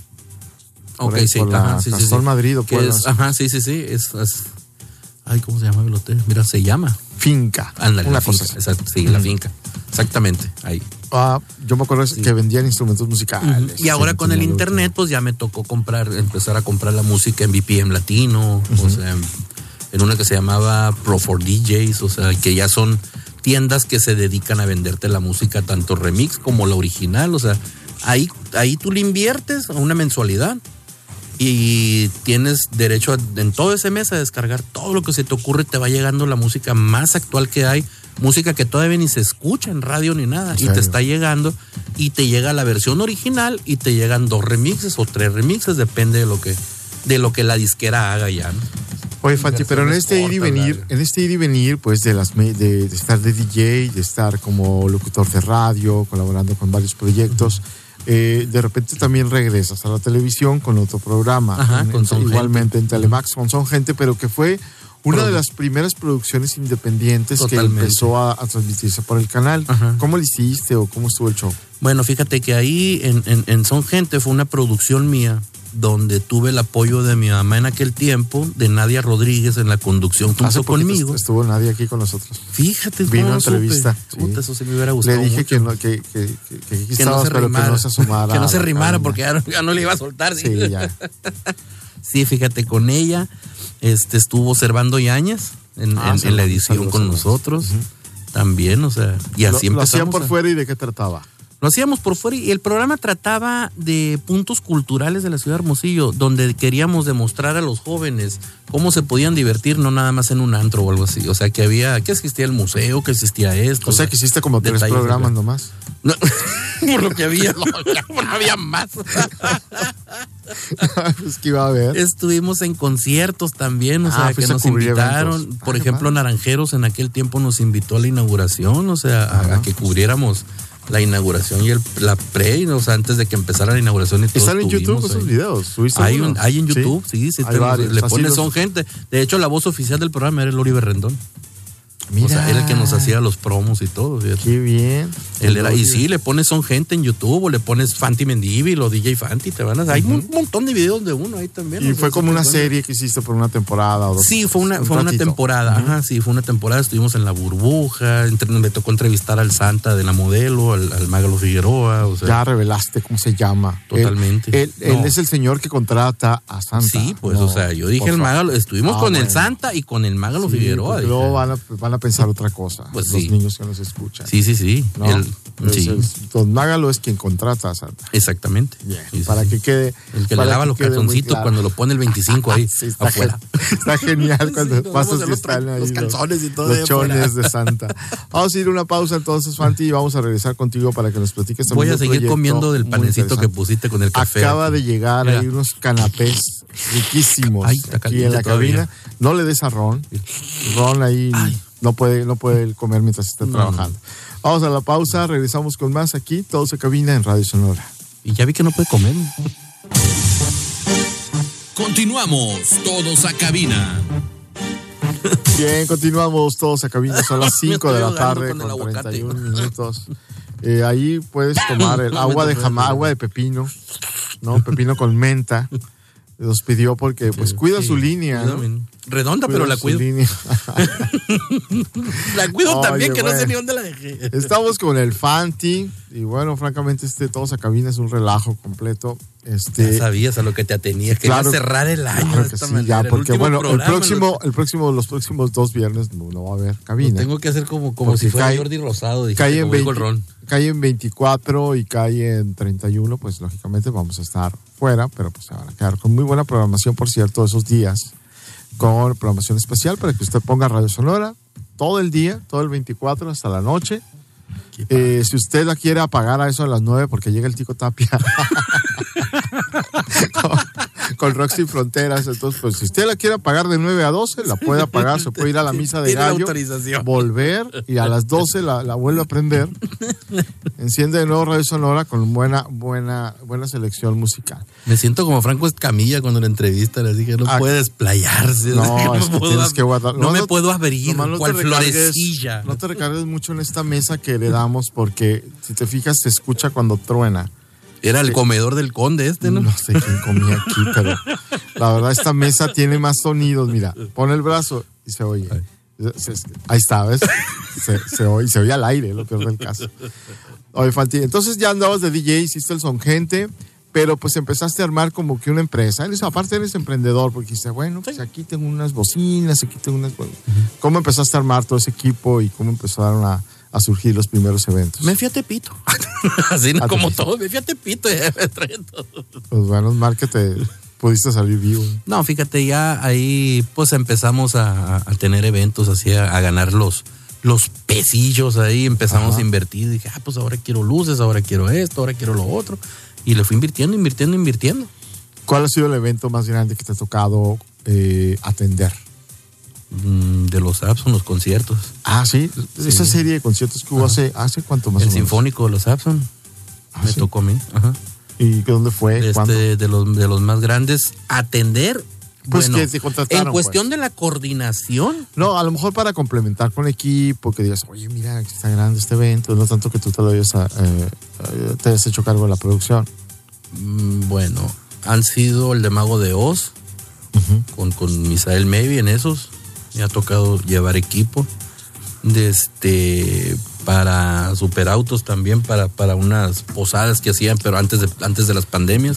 [SPEAKER 3] por
[SPEAKER 2] Ok,
[SPEAKER 3] ahí,
[SPEAKER 2] sí,
[SPEAKER 3] por la
[SPEAKER 2] ajá, sí, sí, sí.
[SPEAKER 3] Pastor Madrid o
[SPEAKER 2] Que
[SPEAKER 3] por
[SPEAKER 2] es-
[SPEAKER 3] las-
[SPEAKER 2] Ajá, sí, sí, sí. Es, es- ay, ¿cómo se llama el hotel? Mira, se llama.
[SPEAKER 3] Finca.
[SPEAKER 2] Ándale,
[SPEAKER 3] una
[SPEAKER 2] la
[SPEAKER 3] cosa
[SPEAKER 2] finca.
[SPEAKER 3] así.
[SPEAKER 2] Exacto, sí, la finca. Exactamente, ahí.
[SPEAKER 3] Ah, yo me acuerdo que vendían instrumentos musicales.
[SPEAKER 2] Y ahora con el
[SPEAKER 3] Sí,
[SPEAKER 2] internet, pues ya me tocó comprar, empezar a comprar la música en BPM latino, o sea, en, en una que se llamaba Pro for DJs, o sea, que ya son tiendas que se dedican a venderte la música, tanto remix como la original, o sea, ahí, ahí tú le inviertes a una mensualidad y tienes derecho a- en todo ese mes a descargar todo lo que se te ocurre, te va llegando la música más actual que hay, música que todavía ni se escucha en radio ni nada, y
[SPEAKER 3] serio?
[SPEAKER 2] te está llegando y te llega la versión original y te llegan dos remixes o tres remixes, depende de lo que de lo que la disquera haga ya. ¿no?
[SPEAKER 3] Oye, Fati, pero en
[SPEAKER 2] Versiones
[SPEAKER 3] este ir y
[SPEAKER 2] cortas,
[SPEAKER 3] venir,
[SPEAKER 2] largas.
[SPEAKER 3] en este ir y venir, pues de las me- de, de estar de DJ, de estar como locutor de radio, colaborando con varios proyectos, eh, de repente también regresas a la televisión con otro programa,
[SPEAKER 2] Ajá,
[SPEAKER 3] en-
[SPEAKER 2] con Son
[SPEAKER 3] igualmente en Telemax con Son Gente, pero que fue una de
[SPEAKER 2] Produ-
[SPEAKER 3] las primeras producciones independientes que
[SPEAKER 2] Totalmente.
[SPEAKER 3] empezó a, a transmitirse por el canal.
[SPEAKER 2] Ajá.
[SPEAKER 3] ¿Cómo lo hiciste o cómo estuvo el show?
[SPEAKER 2] Bueno, fíjate que ahí en, en- en Son Gente fue una producción mía donde tuve el apoyo de mi mamá en aquel tiempo, de Nadia Rodríguez en la conducción
[SPEAKER 3] Hace
[SPEAKER 2] junto
[SPEAKER 3] poquito
[SPEAKER 2] conmigo.
[SPEAKER 3] est- Estuvo nadie aquí con nosotros.
[SPEAKER 2] Fíjate,
[SPEAKER 3] Vino
[SPEAKER 2] cómo
[SPEAKER 3] a
[SPEAKER 2] no supe.
[SPEAKER 3] entrevista, sí.
[SPEAKER 2] Puta, eso sí me hubiera
[SPEAKER 3] Le
[SPEAKER 2] gustado.
[SPEAKER 3] dije
[SPEAKER 2] mucho.
[SPEAKER 3] que no, que, que, que, que aquí
[SPEAKER 2] Que
[SPEAKER 3] estabas, pero que no se asomara.
[SPEAKER 2] que no
[SPEAKER 3] a
[SPEAKER 2] se
[SPEAKER 3] la
[SPEAKER 2] arrimara
[SPEAKER 3] cámara.
[SPEAKER 2] porque ya no, ya no le iba a soltar. Sí,
[SPEAKER 3] Sí, ya.
[SPEAKER 2] Sí, fíjate, con ella este, estuvo observando Yañez en,
[SPEAKER 3] Ah,
[SPEAKER 2] en- en
[SPEAKER 3] Servando,
[SPEAKER 2] la edición
[SPEAKER 3] saludos,
[SPEAKER 2] con
[SPEAKER 3] saludos.
[SPEAKER 2] nosotros. También, o sea, y
[SPEAKER 3] lo,
[SPEAKER 2] así
[SPEAKER 3] lo
[SPEAKER 2] empezamos.
[SPEAKER 3] hacían por
[SPEAKER 2] a-
[SPEAKER 3] fuera y de qué trataba.
[SPEAKER 2] Lo hacíamos por fuera y el programa trataba de puntos culturales de la ciudad de Hermosillo, donde queríamos demostrar a los jóvenes cómo se podían divertir, no nada más en un antro o algo así. O sea, que había, que existía el museo, que existía esto.
[SPEAKER 3] O sea que hiciste como tres
[SPEAKER 2] detalles de
[SPEAKER 3] programas
[SPEAKER 2] la-
[SPEAKER 3] nomás.
[SPEAKER 2] No, por lo que había, no, no había más.
[SPEAKER 3] es que Ah, pues, iba a ver.
[SPEAKER 2] Estuvimos en conciertos también, o
[SPEAKER 3] Ah,
[SPEAKER 2] sea, que
[SPEAKER 3] fuiste a
[SPEAKER 2] nos
[SPEAKER 3] cubrir
[SPEAKER 2] invitaron.
[SPEAKER 3] eventos.
[SPEAKER 2] Por
[SPEAKER 3] Ah, qué
[SPEAKER 2] ejemplo,
[SPEAKER 3] padre.
[SPEAKER 2] Naranjeros en aquel tiempo nos invitó a la inauguración, o sea, a- a,
[SPEAKER 3] Ajá.
[SPEAKER 2] que cubriéramos la inauguración y el, la pre, o sea, antes de que empezara la inauguración y todo.
[SPEAKER 3] Están en YouTube
[SPEAKER 2] estuvimos
[SPEAKER 3] esos
[SPEAKER 2] ahí.
[SPEAKER 3] videos. ¿Subiste
[SPEAKER 2] Hay,
[SPEAKER 3] alguno?
[SPEAKER 2] un- hay en YouTube, sí, sí,
[SPEAKER 3] Hay
[SPEAKER 2] tenemos-
[SPEAKER 3] varios,
[SPEAKER 2] le
[SPEAKER 3] así
[SPEAKER 2] pones
[SPEAKER 3] los-
[SPEAKER 2] son gente. De hecho, la voz oficial del programa era el Oliver Rendón.
[SPEAKER 3] Mira,
[SPEAKER 2] O sea, era el que nos hacía los promos y todo. fíjate.
[SPEAKER 3] Qué bien.
[SPEAKER 2] Él era, y sí, le pones son gente en YouTube, o le pones Fanti Mendívil o DJ Fanti, te van a. Hay un montón de videos de uno ahí también.
[SPEAKER 3] Y
[SPEAKER 2] o sea,
[SPEAKER 3] fue como
[SPEAKER 2] se
[SPEAKER 3] una
[SPEAKER 2] encuentra.
[SPEAKER 3] serie que hiciste por una temporada o dos.
[SPEAKER 2] Sí, fue una,
[SPEAKER 3] un
[SPEAKER 2] fue una
[SPEAKER 3] ratito.
[SPEAKER 2] temporada. Ajá, sí, fue una temporada. Estuvimos en la burbuja. entre- me tocó entrevistar al Santa de la modelo, al, al Magalo Figueroa. O sea,
[SPEAKER 3] Ya revelaste cómo se llama. Él-
[SPEAKER 2] Totalmente.
[SPEAKER 3] Él, él
[SPEAKER 2] No.
[SPEAKER 3] es el señor que contrata a Santa.
[SPEAKER 2] sí, pues,
[SPEAKER 3] No,
[SPEAKER 2] o sea, yo dije
[SPEAKER 3] por
[SPEAKER 2] el
[SPEAKER 3] favor.
[SPEAKER 2] Magalo. Estuvimos
[SPEAKER 3] Ah,
[SPEAKER 2] con el
[SPEAKER 3] bueno.
[SPEAKER 2] Santa y con el Magalo
[SPEAKER 3] Sí,
[SPEAKER 2] Figueroa.
[SPEAKER 3] porque Luego
[SPEAKER 2] dije.
[SPEAKER 3] van a, van a pensar otra cosa.
[SPEAKER 2] Pues
[SPEAKER 3] los
[SPEAKER 2] sí.
[SPEAKER 3] niños que nos escuchan.
[SPEAKER 2] Sí, sí, sí.
[SPEAKER 3] ¿no?
[SPEAKER 2] El-
[SPEAKER 3] Entonces,
[SPEAKER 2] sí,
[SPEAKER 3] Don Mágalo es quien contrata a Santa.
[SPEAKER 2] exactamente. Sí, sí,
[SPEAKER 3] para
[SPEAKER 2] sí.
[SPEAKER 3] que quede.
[SPEAKER 2] El que le
[SPEAKER 3] para
[SPEAKER 2] daba los
[SPEAKER 3] quede muy
[SPEAKER 2] calzoncitos
[SPEAKER 3] claro.
[SPEAKER 2] cuando lo pone el 25 ahí
[SPEAKER 3] Sí, está,
[SPEAKER 2] afuera.
[SPEAKER 3] gen- está genial cuando
[SPEAKER 2] Sí, no,
[SPEAKER 3] pasas
[SPEAKER 2] vamos a
[SPEAKER 3] y
[SPEAKER 2] los
[SPEAKER 3] están
[SPEAKER 2] tra-
[SPEAKER 3] ahí
[SPEAKER 2] los calzones y todo
[SPEAKER 3] los
[SPEAKER 2] ahí afuera.
[SPEAKER 3] chones de Santa. Vamos a ir a una pausa entonces, Fanti, y vamos a regresar contigo para que nos platiques también.
[SPEAKER 2] Voy a
[SPEAKER 3] de un
[SPEAKER 2] seguir
[SPEAKER 3] proyecto
[SPEAKER 2] comiendo del
[SPEAKER 3] muy
[SPEAKER 2] panecito que
[SPEAKER 3] interesante.
[SPEAKER 2] pusiste con el café.
[SPEAKER 3] Acaba de llegar
[SPEAKER 2] Mira.
[SPEAKER 3] hay unos canapés riquísimos
[SPEAKER 2] Ay, está
[SPEAKER 3] aquí en
[SPEAKER 2] caliente
[SPEAKER 3] la
[SPEAKER 2] todavía.
[SPEAKER 3] cabina. No le des a Ron. Ron ahí
[SPEAKER 2] Ay.
[SPEAKER 3] no puede no puede él comer mientras está
[SPEAKER 2] No,
[SPEAKER 3] trabajando. Vamos a la pausa, regresamos con más aquí, todo se cabina en Radio Sonora.
[SPEAKER 2] Y ya vi que no puede comer.
[SPEAKER 1] Continuamos todos a cabina.
[SPEAKER 3] Bien, continuamos todos a cabina, son las 5
[SPEAKER 2] Me estoy
[SPEAKER 3] de la
[SPEAKER 2] ahogando
[SPEAKER 3] tarde
[SPEAKER 2] con el
[SPEAKER 3] con,
[SPEAKER 2] aguacate.
[SPEAKER 3] 31 minutos. Eh, ahí puedes tomar el
[SPEAKER 2] No,
[SPEAKER 3] agua
[SPEAKER 2] me
[SPEAKER 3] de
[SPEAKER 2] tomé
[SPEAKER 3] jamá,
[SPEAKER 2] el-
[SPEAKER 3] agua de pepino, ¿no? Pepino con menta. Nos pidió porque pues cuida
[SPEAKER 2] Sí,
[SPEAKER 3] su línea. ¿no?
[SPEAKER 2] cuida mi- Redonda, pero
[SPEAKER 3] Cuida
[SPEAKER 2] la
[SPEAKER 3] su
[SPEAKER 2] cuido.
[SPEAKER 3] línea.
[SPEAKER 2] La cuido
[SPEAKER 3] Oye,
[SPEAKER 2] también, que no sé
[SPEAKER 3] güey.
[SPEAKER 2] ni dónde la dejé.
[SPEAKER 3] Estamos con el Fanti y bueno, francamente este todos a cabina es un relajo completo.
[SPEAKER 2] Ya
[SPEAKER 3] Este
[SPEAKER 2] sabías a lo que te atenías. Quería
[SPEAKER 3] claro-
[SPEAKER 2] cerrar el año
[SPEAKER 3] claro
[SPEAKER 2] de
[SPEAKER 3] que
[SPEAKER 2] esta
[SPEAKER 3] sí,
[SPEAKER 2] manera.
[SPEAKER 3] ya,
[SPEAKER 2] El
[SPEAKER 3] porque
[SPEAKER 2] último
[SPEAKER 3] bueno, el
[SPEAKER 2] programa
[SPEAKER 3] próximo,
[SPEAKER 2] lo-
[SPEAKER 3] el próximo, los próximos dos viernes no, no va a haber
[SPEAKER 2] lo
[SPEAKER 3] cabina.
[SPEAKER 2] tengo que hacer como, como
[SPEAKER 3] Porque
[SPEAKER 2] si fuera
[SPEAKER 3] cae-
[SPEAKER 2] Jordi Rosado. dijiste,
[SPEAKER 3] cae en,
[SPEAKER 2] como dijo el
[SPEAKER 3] 20
[SPEAKER 2] Ron.
[SPEAKER 3] cae en 24 y cae en 31, pues lógicamente vamos a estar fuera, pero pues se van a quedar con muy buena programación, por cierto, esos días, con programación especial para que usted ponga Radio Sonora todo el día, todo el 24 hasta la noche. Eh, si usted la quiere apagar a eso a las 9 porque llega el Tico Tapia con, con Rock Sin Fronteras, entonces pues si usted la quiere apagar de 9 a 12, la puede apagar, se puede ir a la misa de
[SPEAKER 2] Tiene la
[SPEAKER 3] gallo,
[SPEAKER 2] autorización.
[SPEAKER 3] volver y a las 12 la, la vuelve a prender. Enciende de nuevo Radio Sonora con buena, buena, buena selección musical.
[SPEAKER 2] Me siento como Franco Escamilla cuando le entrevista, le dije, no
[SPEAKER 3] Ah.
[SPEAKER 2] puede desplayarse.
[SPEAKER 3] No,
[SPEAKER 2] me
[SPEAKER 3] es que
[SPEAKER 2] puedo
[SPEAKER 3] tienes
[SPEAKER 2] ab-
[SPEAKER 3] que guardar-
[SPEAKER 2] No,
[SPEAKER 3] no,
[SPEAKER 2] me
[SPEAKER 3] no-
[SPEAKER 2] puedo abrir
[SPEAKER 3] Nomás
[SPEAKER 2] cual
[SPEAKER 3] te recargues-
[SPEAKER 2] florecilla.
[SPEAKER 3] No te recargues mucho en esta mesa que le damos porque si te fijas se escucha cuando truena.
[SPEAKER 2] Era el comedor del conde este, ¿no?
[SPEAKER 3] No sé quién comía aquí, pero la verdad esta mesa tiene más sonidos. Mira, pone el brazo y se oye. Se- se- ahí está, ¿ves? Se, se oye, se oye al aire, lo peor del caso. Oye, Fanti, entonces ya andabas de DJ, hiciste el son gente, pero pues empezaste a armar como que una empresa. Eres- aparte eres emprendedor, porque dices, bueno, pues aquí tengo unas bocinas, aquí tengo unas... bo- ¿Cómo empezaste a armar todo ese equipo y cómo empezaron a, a surgir los primeros eventos?
[SPEAKER 2] Me fui a Tepito. Así
[SPEAKER 3] A
[SPEAKER 2] no, como
[SPEAKER 3] Tepito.
[SPEAKER 2] todo, me fui a Tepito. y me traje todo.
[SPEAKER 3] Pues bueno, es mal que te pudiste salir vivo.
[SPEAKER 2] No, fíjate, ya ahí pues empezamos a, a tener eventos así, a, a ganar los, los pesillos ahí, empezamos
[SPEAKER 3] Ajá.
[SPEAKER 2] a invertir. Dije, ah, pues ahora quiero luces, ahora quiero esto, ahora quiero lo otro. Y le fui invirtiendo, invirtiendo, invirtiendo.
[SPEAKER 3] ¿Cuál ha sido el evento más grande que te ha tocado eh, atender?
[SPEAKER 2] Mm, de los Abson, los conciertos.
[SPEAKER 3] Ah, sí. Esa serie de conciertos que hubo hace, hace cuánto más
[SPEAKER 2] el
[SPEAKER 3] o menos?
[SPEAKER 2] Sinfónico de los Abson.
[SPEAKER 3] Ah,
[SPEAKER 2] me
[SPEAKER 3] sí.
[SPEAKER 2] tocó a mí. Ajá.
[SPEAKER 3] ¿Y dónde fue? ¿Eh? ¿Cuándo?
[SPEAKER 2] Este, de, los, de los más grandes. Atender.
[SPEAKER 3] Pues,
[SPEAKER 2] bueno,
[SPEAKER 3] que te contrataron,
[SPEAKER 2] En cuestión
[SPEAKER 3] pues.
[SPEAKER 2] de la coordinación.
[SPEAKER 3] No, a lo mejor para complementar con equipo, que digas, oye, mira, está grande este evento, no tanto que tú te lo hayas, eh, eh, te hayas hecho cargo de la producción.
[SPEAKER 2] Mm, Bueno, han sido el de Mago de Oz con, con Misael Mevi en esos. Me ha tocado llevar equipo. De este para superautos también, para, para unas posadas que hacían, pero antes de, antes de las pandemias.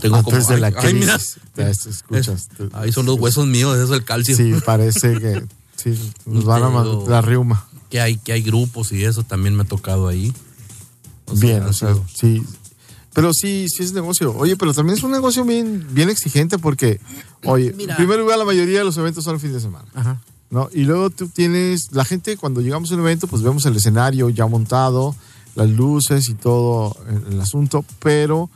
[SPEAKER 2] Tengo
[SPEAKER 3] Antes
[SPEAKER 2] como,
[SPEAKER 3] de la
[SPEAKER 2] ay, ay, mira.
[SPEAKER 3] crisis, te escuchas. te-
[SPEAKER 2] Ahí son los huesos míos, eso es el calcio.
[SPEAKER 3] Sí, parece que sí, nos van a mandar
[SPEAKER 2] Tengo-
[SPEAKER 3] la riuma.
[SPEAKER 2] Que hay, que hay grupos y eso también me ha tocado ahí. O sea,
[SPEAKER 3] Bien,
[SPEAKER 2] ha
[SPEAKER 3] o sea,
[SPEAKER 2] sido-
[SPEAKER 3] sí. Pero sí, sí es negocio. Oye, pero también es un negocio bien, bien exigente porque, oye,
[SPEAKER 2] Mira.
[SPEAKER 3] en primer lugar, la mayoría de los eventos son el fin de semana.
[SPEAKER 2] Ajá.
[SPEAKER 3] ¿no? Y luego tú tienes, la gente cuando llegamos a un evento, pues vemos el escenario ya montado, las luces y todo el, el asunto, pero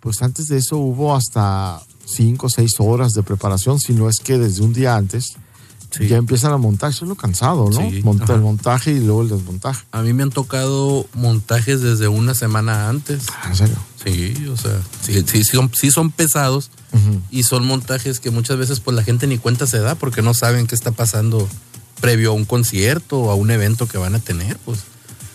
[SPEAKER 3] pues antes de eso hubo hasta cinco o seis horas de preparación, si no es que desde un día antes
[SPEAKER 2] Sí.
[SPEAKER 3] ya empiezan a montar, eso es lo cansado, ¿no?
[SPEAKER 2] Sí,
[SPEAKER 3] Monta-
[SPEAKER 2] ajá.
[SPEAKER 3] el montaje y luego el desmontaje.
[SPEAKER 2] A mí me han tocado montajes desde una semana antes.
[SPEAKER 3] En serio.
[SPEAKER 2] Sí, o sea, sí, sí son, sí son pesados
[SPEAKER 3] Ujú.
[SPEAKER 2] y son montajes que muchas veces pues la gente ni cuenta se da porque no saben qué está pasando previo a un concierto o a un evento que van a tener. Pues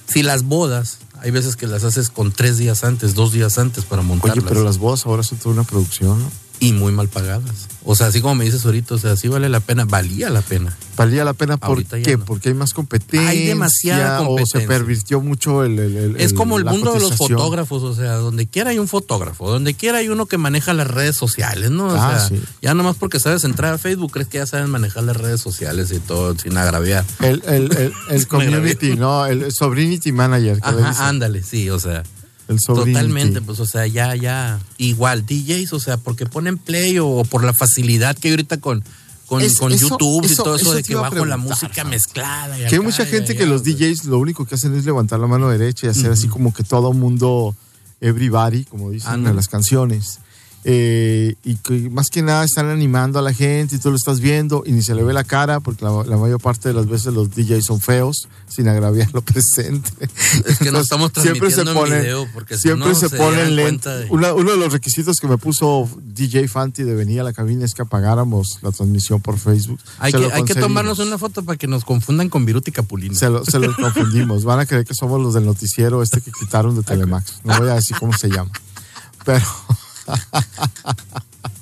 [SPEAKER 2] si las bodas, hay veces que las haces con tres días antes, dos días antes para montarlas
[SPEAKER 3] Oye, pero las bodas ahora son toda una producción, ¿no?
[SPEAKER 2] y muy mal pagadas. O sea, así como me dices ahorita, o sea, sí vale la pena, valía la pena.
[SPEAKER 3] Valía la pena ¿por
[SPEAKER 2] Ahorita ya
[SPEAKER 3] qué?
[SPEAKER 2] no.
[SPEAKER 3] porque hay más competencia.
[SPEAKER 2] Hay demasiada
[SPEAKER 3] O
[SPEAKER 2] competencia.
[SPEAKER 3] se pervirtió mucho el. el- el-
[SPEAKER 2] es como el
[SPEAKER 3] la
[SPEAKER 2] mundo de los
[SPEAKER 3] cotización.
[SPEAKER 2] fotógrafos, o sea, donde quiera hay un fotógrafo, donde quiera hay uno que maneja las redes sociales, ¿no? O
[SPEAKER 3] Ah,
[SPEAKER 2] sea,
[SPEAKER 3] sí.
[SPEAKER 2] ya nomás porque sabes entrar a Facebook, crees que ya saben manejar las redes sociales y todo sin agraviar.
[SPEAKER 3] El, el, el, el community, ¿no? El sobrinity manager. que le dicen.
[SPEAKER 2] Ajá, ándale, sí, o sea,
[SPEAKER 3] El sobrinity.
[SPEAKER 2] totalmente, pues, o sea, ya, ya, igual, DJs, o sea, porque ponen play o, o por la facilidad que hay ahorita con, con,
[SPEAKER 3] Es-
[SPEAKER 2] con
[SPEAKER 3] eso-
[SPEAKER 2] YouTube y
[SPEAKER 3] eso-
[SPEAKER 2] todo eso,
[SPEAKER 3] eso
[SPEAKER 2] de
[SPEAKER 3] te
[SPEAKER 2] que
[SPEAKER 3] iba a
[SPEAKER 2] bajo la
[SPEAKER 3] preguntar,
[SPEAKER 2] música
[SPEAKER 3] Frank.
[SPEAKER 2] mezclada. y
[SPEAKER 3] Que hay
[SPEAKER 2] acá,
[SPEAKER 3] mucha
[SPEAKER 2] y
[SPEAKER 3] gente
[SPEAKER 2] allá,
[SPEAKER 3] que
[SPEAKER 2] o
[SPEAKER 3] los
[SPEAKER 2] sea.
[SPEAKER 3] DJs lo único que hacen es levantar la mano derecha y hacer así como que todo mundo, everybody, como dicen en
[SPEAKER 2] Ándale.
[SPEAKER 3] las canciones. Eh, y que más que nada están animando a la gente y tú lo estás viendo y ni se le ve la cara porque la, la mayor parte de las veces los DJs son feos sin agraviar lo presente.
[SPEAKER 2] Es que no
[SPEAKER 3] Entonces,
[SPEAKER 2] estamos transmitiendo en video porque si
[SPEAKER 3] siempre
[SPEAKER 2] no,
[SPEAKER 3] se,
[SPEAKER 2] se
[SPEAKER 3] ponen
[SPEAKER 2] dieran
[SPEAKER 3] lento.
[SPEAKER 2] cuenta de-
[SPEAKER 3] Una- uno de los requisitos que me puso DJ Fanti de venir a la cabina es que apagáramos la transmisión por Facebook.
[SPEAKER 2] Hay
[SPEAKER 3] Se
[SPEAKER 2] que,
[SPEAKER 3] lo
[SPEAKER 2] hay que
[SPEAKER 3] concedimos.
[SPEAKER 2] tomarnos una foto para que nos confundan con Viruti Capulina.
[SPEAKER 3] Se, lo- se los confundimos. Van a creer que somos los del noticiero este que quitaron de Telemax. No voy a decir cómo se llama. Pero.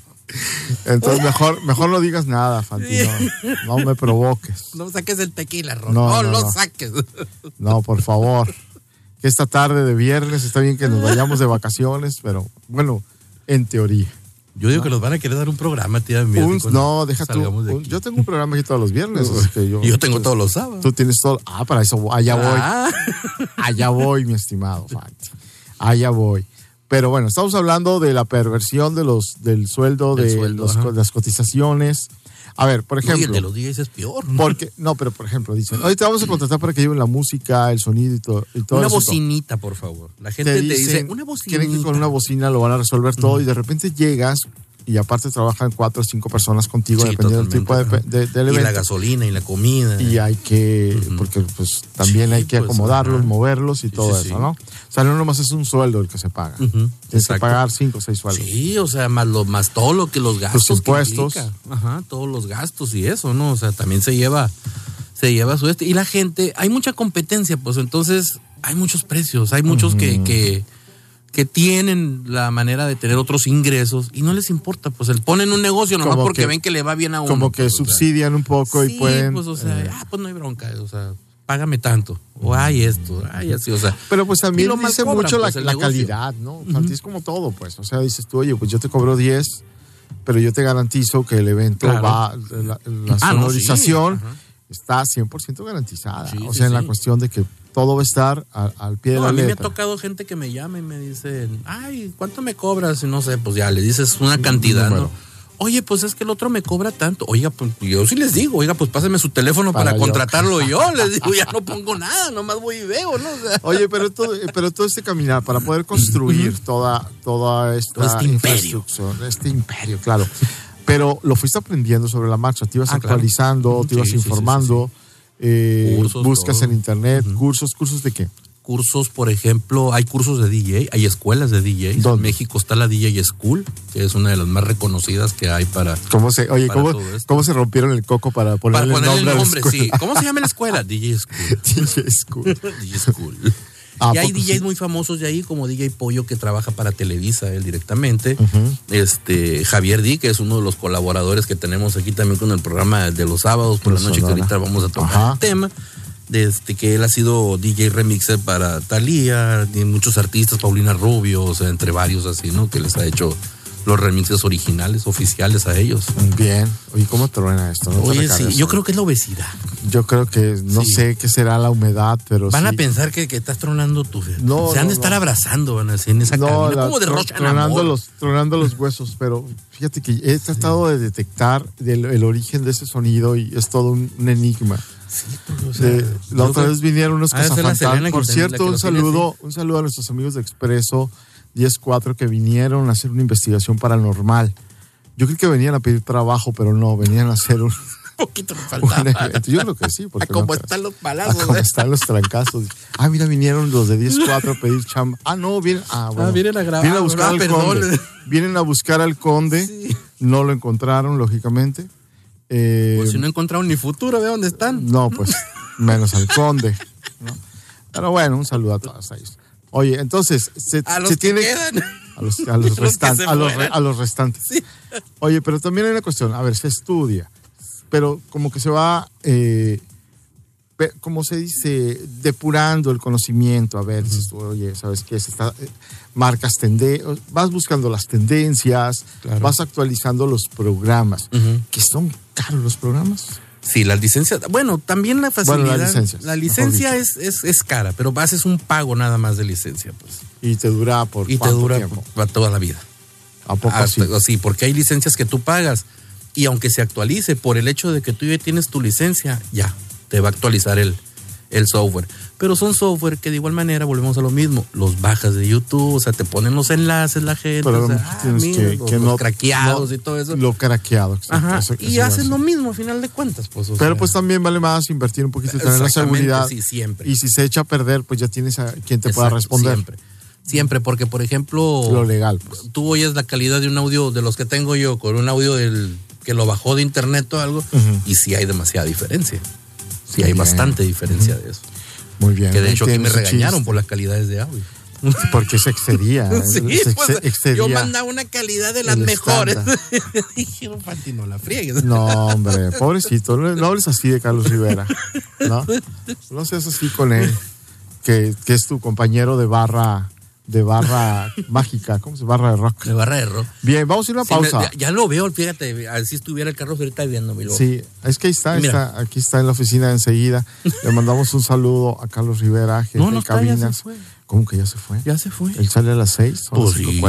[SPEAKER 3] Entonces, mejor, mejor no digas nada, Fanti. No, no me provoques.
[SPEAKER 2] No saques el tequila, Ron.
[SPEAKER 3] No,
[SPEAKER 2] No,
[SPEAKER 3] no,
[SPEAKER 2] lo
[SPEAKER 3] no.
[SPEAKER 2] saques.
[SPEAKER 3] No, por favor. Que esta tarde de viernes está bien que nos vayamos de vacaciones, pero bueno, en teoría.
[SPEAKER 2] Yo digo que nos van a querer dar un programa, tía. mía,
[SPEAKER 3] Un-
[SPEAKER 2] así cuando
[SPEAKER 3] no, deja tú.
[SPEAKER 2] salgamos de
[SPEAKER 3] un-
[SPEAKER 2] aquí.
[SPEAKER 3] yo tengo un programa aquí todos los viernes. así que yo,
[SPEAKER 2] Y yo tengo todos los sábados.
[SPEAKER 3] Tú tienes todo. Ah, para eso voy- allá voy.
[SPEAKER 2] Ah,
[SPEAKER 3] Allá voy, mi estimado Fanti. Allá voy. Pero bueno, estamos hablando de la perversión de los, del sueldo,
[SPEAKER 2] Del
[SPEAKER 3] de
[SPEAKER 2] sueldo,
[SPEAKER 3] los-
[SPEAKER 2] ajá.
[SPEAKER 3] las cotizaciones, A ver, por ejemplo.
[SPEAKER 2] Oye, el de los DJs es peor. ¿no?
[SPEAKER 3] Porque, no, pero por ejemplo, dicen, ahorita vamos a contratar para que lleven la música, el sonido y todo. Y todo
[SPEAKER 2] una
[SPEAKER 3] eso.
[SPEAKER 2] bocinita, por favor. La gente te, dice, una bocinita.
[SPEAKER 3] Creen que con una bocina lo van a resolver todo y de repente llegas y aparte trabajan cuatro o cinco personas contigo
[SPEAKER 2] Sí,
[SPEAKER 3] dependiendo del tipo de,
[SPEAKER 2] totalmente.
[SPEAKER 3] de- del
[SPEAKER 2] y la
[SPEAKER 3] evento.
[SPEAKER 2] gasolina y la comida.
[SPEAKER 3] Y hay que, porque pues también
[SPEAKER 2] Sí,
[SPEAKER 3] hay que
[SPEAKER 2] pues,
[SPEAKER 3] acomodarlos,
[SPEAKER 2] ajá.
[SPEAKER 3] moverlos y
[SPEAKER 2] Sí,
[SPEAKER 3] todo
[SPEAKER 2] sí,
[SPEAKER 3] eso,
[SPEAKER 2] sí.
[SPEAKER 3] ¿no? O sea, no nomás es un sueldo el que se paga.
[SPEAKER 2] Ujú,
[SPEAKER 3] Tienes que
[SPEAKER 2] exacto.
[SPEAKER 3] pagar cinco o seis sueldos.
[SPEAKER 2] Sí, o sea, más, lo, más todo lo que los gastos. que
[SPEAKER 3] impuestos.
[SPEAKER 2] implica. Ajá, todos los gastos y eso, ¿no? O sea, también se lleva, se lleva su este. Y la gente, hay mucha competencia, pues entonces hay muchos precios, hay muchos que, que, que tienen la manera de tener otros ingresos y no les importa, pues el ponen un negocio nomás
[SPEAKER 3] Como
[SPEAKER 2] porque
[SPEAKER 3] que-
[SPEAKER 2] ven que le va bien a uno.
[SPEAKER 3] Como que
[SPEAKER 2] pues, o sea.
[SPEAKER 3] subsidian un poco
[SPEAKER 2] Sí,
[SPEAKER 3] y pueden.
[SPEAKER 2] pues, o sea,
[SPEAKER 3] eh,
[SPEAKER 2] ah, pues no hay bronca, o sea, págame tanto, o hay esto, hay así, o sea.
[SPEAKER 3] Pero pues también
[SPEAKER 2] Y lo
[SPEAKER 3] dice
[SPEAKER 2] malcobran,
[SPEAKER 3] mucho la,
[SPEAKER 2] pues, el
[SPEAKER 3] la
[SPEAKER 2] negocio.
[SPEAKER 3] calidad, ¿no? O sea, Es como todo, pues. O sea, dices tú, oye, pues yo te cobro 10, pero yo te garantizo que el evento
[SPEAKER 2] Claro.
[SPEAKER 3] va, la, la
[SPEAKER 2] Ah, no, sí,
[SPEAKER 3] sonorización
[SPEAKER 2] ajá.
[SPEAKER 3] está 100% garantizada.
[SPEAKER 2] Sí,
[SPEAKER 3] o
[SPEAKER 2] sí,
[SPEAKER 3] sea, en la
[SPEAKER 2] sí.
[SPEAKER 3] cuestión de que todo va a estar al, al pie de
[SPEAKER 2] No,
[SPEAKER 3] la
[SPEAKER 2] a mí me ha
[SPEAKER 3] letra.
[SPEAKER 2] tocado gente que me llama y me dicen, ay, ¿cuánto me cobras? Y no sé, pues ya le dices una cantidad,
[SPEAKER 3] número.
[SPEAKER 2] ¿no? Oye, pues es que el otro me cobra tanto. Oiga, pues yo sí les digo, oiga, pues pásenme su teléfono para,
[SPEAKER 3] Para yo.
[SPEAKER 2] contratarlo yo. Les digo, ya no pongo nada, nomás voy y veo, ¿no? O sea,
[SPEAKER 3] Oye, pero todo, eh, pero todo este caminar para poder construir toda, toda esta
[SPEAKER 2] Todo este imperio.
[SPEAKER 3] infraestructura, este imperio, claro. Pero lo fuiste aprendiendo sobre la marcha, te ibas
[SPEAKER 2] Ah, claro.
[SPEAKER 3] actualizando, te
[SPEAKER 2] Sí,
[SPEAKER 3] ibas
[SPEAKER 2] sí, sí, sí,
[SPEAKER 3] informando, eh,
[SPEAKER 2] Cursos,
[SPEAKER 3] buscas
[SPEAKER 2] todo.
[SPEAKER 3] en internet, cursos, cursos de qué?
[SPEAKER 2] cursos, por ejemplo, hay cursos de DJ, hay escuelas de DJ.
[SPEAKER 3] ¿Dónde?
[SPEAKER 2] En México está la DJ School, que es una de las más reconocidas que hay para...
[SPEAKER 3] ¿Cómo se, oye,
[SPEAKER 2] Para
[SPEAKER 3] ¿cómo,
[SPEAKER 2] todo esto.
[SPEAKER 3] cómo se rompieron el coco para
[SPEAKER 2] Para
[SPEAKER 3] ponerle,
[SPEAKER 2] ponerle el
[SPEAKER 3] nombre,
[SPEAKER 2] nombre,
[SPEAKER 3] a la
[SPEAKER 2] sí.
[SPEAKER 3] escuela?
[SPEAKER 2] ¿Cómo se llama la escuela? DJ School.
[SPEAKER 3] DJ School.
[SPEAKER 2] DJ School.
[SPEAKER 3] Ah,
[SPEAKER 2] y hay
[SPEAKER 3] poco
[SPEAKER 2] DJs
[SPEAKER 3] sí.
[SPEAKER 2] muy famosos de ahí, como DJ Pollo, que trabaja para Televisa él directamente. Este Javier Di, que es uno de los colaboradores que tenemos aquí también con el programa de los sábados por
[SPEAKER 3] Los
[SPEAKER 2] la noche, que
[SPEAKER 3] Sonora.
[SPEAKER 2] ahorita vamos a tocar
[SPEAKER 3] Ajá.
[SPEAKER 2] el tema. de Este, que él ha sido DJ remixer para Thalía, y muchos artistas, Paulina Rubio, o sea, entre varios así, ¿no? Que les ha hecho los remixes originales, oficiales a ellos.
[SPEAKER 3] Bien. Oye, ¿cómo truena esto? No te
[SPEAKER 2] Oye, sí,
[SPEAKER 3] recargues.
[SPEAKER 2] yo creo que es la obesidad.
[SPEAKER 3] Yo creo que, no
[SPEAKER 2] Sí.
[SPEAKER 3] sé qué será la humedad, pero
[SPEAKER 2] Van a
[SPEAKER 3] Pues sí.
[SPEAKER 2] pensar que, que estás tronando tú. fíjate.
[SPEAKER 3] No,
[SPEAKER 2] Se han
[SPEAKER 3] no,
[SPEAKER 2] de estar
[SPEAKER 3] no.
[SPEAKER 2] abrazando, van a decir, en esa cabina.
[SPEAKER 3] la-
[SPEAKER 2] Como
[SPEAKER 3] tro-
[SPEAKER 2] derrochan
[SPEAKER 3] tronando
[SPEAKER 2] amor.
[SPEAKER 3] los, tronando los huesos, pero fíjate que he tratado de detectar del- el origen de ese sonido y es todo un, un enigma.
[SPEAKER 2] Sí, porque, o sea,
[SPEAKER 3] De- la
[SPEAKER 2] yo
[SPEAKER 3] otra
[SPEAKER 2] creo-
[SPEAKER 3] vez vinieron unos
[SPEAKER 2] ha de ser la Selena que
[SPEAKER 3] cazafantasmas. Por
[SPEAKER 2] ten- la que
[SPEAKER 3] cierto,
[SPEAKER 2] lo
[SPEAKER 3] un
[SPEAKER 2] tiene
[SPEAKER 3] saludo, un saludo a nuestros amigos de Expreso 104 que vinieron a hacer una investigación paranormal. Yo creo que venían a pedir trabajo, pero no, venían a hacer un,
[SPEAKER 2] Un poquito me
[SPEAKER 3] un
[SPEAKER 2] faltaba.
[SPEAKER 3] evento. Yo creo que sí.
[SPEAKER 2] A
[SPEAKER 3] Porque
[SPEAKER 2] como
[SPEAKER 3] no te-
[SPEAKER 2] están los
[SPEAKER 3] Ah,
[SPEAKER 2] palazos.
[SPEAKER 3] ¿cómo
[SPEAKER 2] ¿eh?
[SPEAKER 3] están los trancazos? Ah, mira, vinieron los de 10-4 a pedir chamba. Ah, no, vienen. Ah, bueno.
[SPEAKER 2] vienen a grabar,
[SPEAKER 3] Vienen a buscar
[SPEAKER 2] ah,
[SPEAKER 3] al
[SPEAKER 2] perdón.
[SPEAKER 3] conde. Vienen a buscar al conde.
[SPEAKER 2] Sí.
[SPEAKER 3] No lo encontraron, lógicamente. Eh,
[SPEAKER 2] Pues si no encontraron ni futuro, ve dónde están.
[SPEAKER 3] no, pues menos al conde. ¿no? Pero bueno, un saludo a todos ellos. Oye, entonces, se,
[SPEAKER 2] A los
[SPEAKER 3] se
[SPEAKER 2] que
[SPEAKER 3] tiene.
[SPEAKER 2] quedan.
[SPEAKER 3] A los, a los
[SPEAKER 2] Los que
[SPEAKER 3] restantes.
[SPEAKER 2] se
[SPEAKER 3] A los, re-
[SPEAKER 2] fueran.
[SPEAKER 3] a los restantes. Oye, pero también hay una cuestión. A ver, se estudia, pero como que se va, eh, pe- como se dice, depurando el conocimiento. A ver, dices tú, oye, ¿sabes qué? Se está, eh, marcas tendencias, vas buscando las tendencias,
[SPEAKER 2] Claro.
[SPEAKER 3] vas actualizando los programas,
[SPEAKER 2] Ujú.
[SPEAKER 3] que son caros los programas.
[SPEAKER 2] Sí, las licencias. Bueno, también la
[SPEAKER 3] Bueno,
[SPEAKER 2] facilidad.
[SPEAKER 3] las licencias,
[SPEAKER 2] la
[SPEAKER 3] mejor
[SPEAKER 2] licencia es, es, es cara, pero haces un pago nada más de licencia, pues.
[SPEAKER 3] Y te dura por
[SPEAKER 2] Y te
[SPEAKER 3] cuánto
[SPEAKER 2] dura
[SPEAKER 3] tiempo?
[SPEAKER 2] para toda la vida.
[SPEAKER 3] ¿A poco
[SPEAKER 2] Hasta-
[SPEAKER 3] así?
[SPEAKER 2] así, porque hay licencias que tú pagas y aunque se actualice por el hecho de que tú ya tienes tu licencia, ya te va a actualizar el, el software. Pero son software que de igual manera volvemos a lo mismo, los bajas de YouTube, o sea, te ponen los enlaces la gente,
[SPEAKER 3] Pero
[SPEAKER 2] o sea, ah,
[SPEAKER 3] tienes
[SPEAKER 2] mira,
[SPEAKER 3] que,
[SPEAKER 2] los,
[SPEAKER 3] que
[SPEAKER 2] los
[SPEAKER 3] no-
[SPEAKER 2] craqueados
[SPEAKER 3] no-
[SPEAKER 2] y todo eso.
[SPEAKER 3] Lo craqueado. exacto,
[SPEAKER 2] Ajá,
[SPEAKER 3] eso-
[SPEAKER 2] y
[SPEAKER 3] eso
[SPEAKER 2] hacen
[SPEAKER 3] va
[SPEAKER 2] lo
[SPEAKER 3] a ser.
[SPEAKER 2] mismo a final de cuentas, pues. o
[SPEAKER 3] Pero
[SPEAKER 2] sea,
[SPEAKER 3] pues también vale más invertir un poquito y tener la
[SPEAKER 2] Exactamente,
[SPEAKER 3] seguridad.
[SPEAKER 2] sí, siempre.
[SPEAKER 3] Y si se echa a perder, pues ya tienes a quien te pueda
[SPEAKER 2] exacto,
[SPEAKER 3] responder.
[SPEAKER 2] Siempre, Oh, siempre, porque por ejemplo...
[SPEAKER 3] Lo legal. pues.
[SPEAKER 2] tú oyes la calidad de un audio de los que tengo yo con un audio del que lo bajó de internet o algo y sí hay demasiada diferencia. Sí hay
[SPEAKER 3] Bien.
[SPEAKER 2] bastante diferencia de eso.
[SPEAKER 3] Muy bien.
[SPEAKER 2] Que de hecho aquí me
[SPEAKER 3] Entiendo ese
[SPEAKER 2] regañaron
[SPEAKER 3] chiste.
[SPEAKER 2] por las calidades de audio.
[SPEAKER 3] Porque se excedía.
[SPEAKER 2] Sí,
[SPEAKER 3] se exce-
[SPEAKER 2] pues,
[SPEAKER 3] Ah, excedía.
[SPEAKER 2] yo mandaba una calidad de las
[SPEAKER 3] el
[SPEAKER 2] mejores.
[SPEAKER 3] estándar.
[SPEAKER 2] Dije, "Oh, Pati, no la friegues.
[SPEAKER 3] No, hombre, pobrecito. No, no hables así de Carlos Rivera. No, no seas así con él, que, que es tu compañero de barra, de barra mágica. ¿Cómo se llama? Barra de rock.
[SPEAKER 2] Me barra de rock.
[SPEAKER 3] Bien, vamos a ir a una
[SPEAKER 2] Sí, me-
[SPEAKER 3] pausa.
[SPEAKER 2] ya, ya lo veo, fíjate, así estuviera el Carlos ahorita viéndome. lo-
[SPEAKER 3] Sí, es que ahí está, ahí
[SPEAKER 2] Mira.
[SPEAKER 3] está, aquí está en la oficina enseguida. Le mandamos un saludo a Carlos Rivera, jefe
[SPEAKER 2] No, no
[SPEAKER 3] de
[SPEAKER 2] está, ya se
[SPEAKER 3] cabinas,
[SPEAKER 2] fue.
[SPEAKER 3] ¿Cómo que ya se fue?
[SPEAKER 2] Ya se fue.
[SPEAKER 3] Él sale a las 6.
[SPEAKER 2] Pues sí,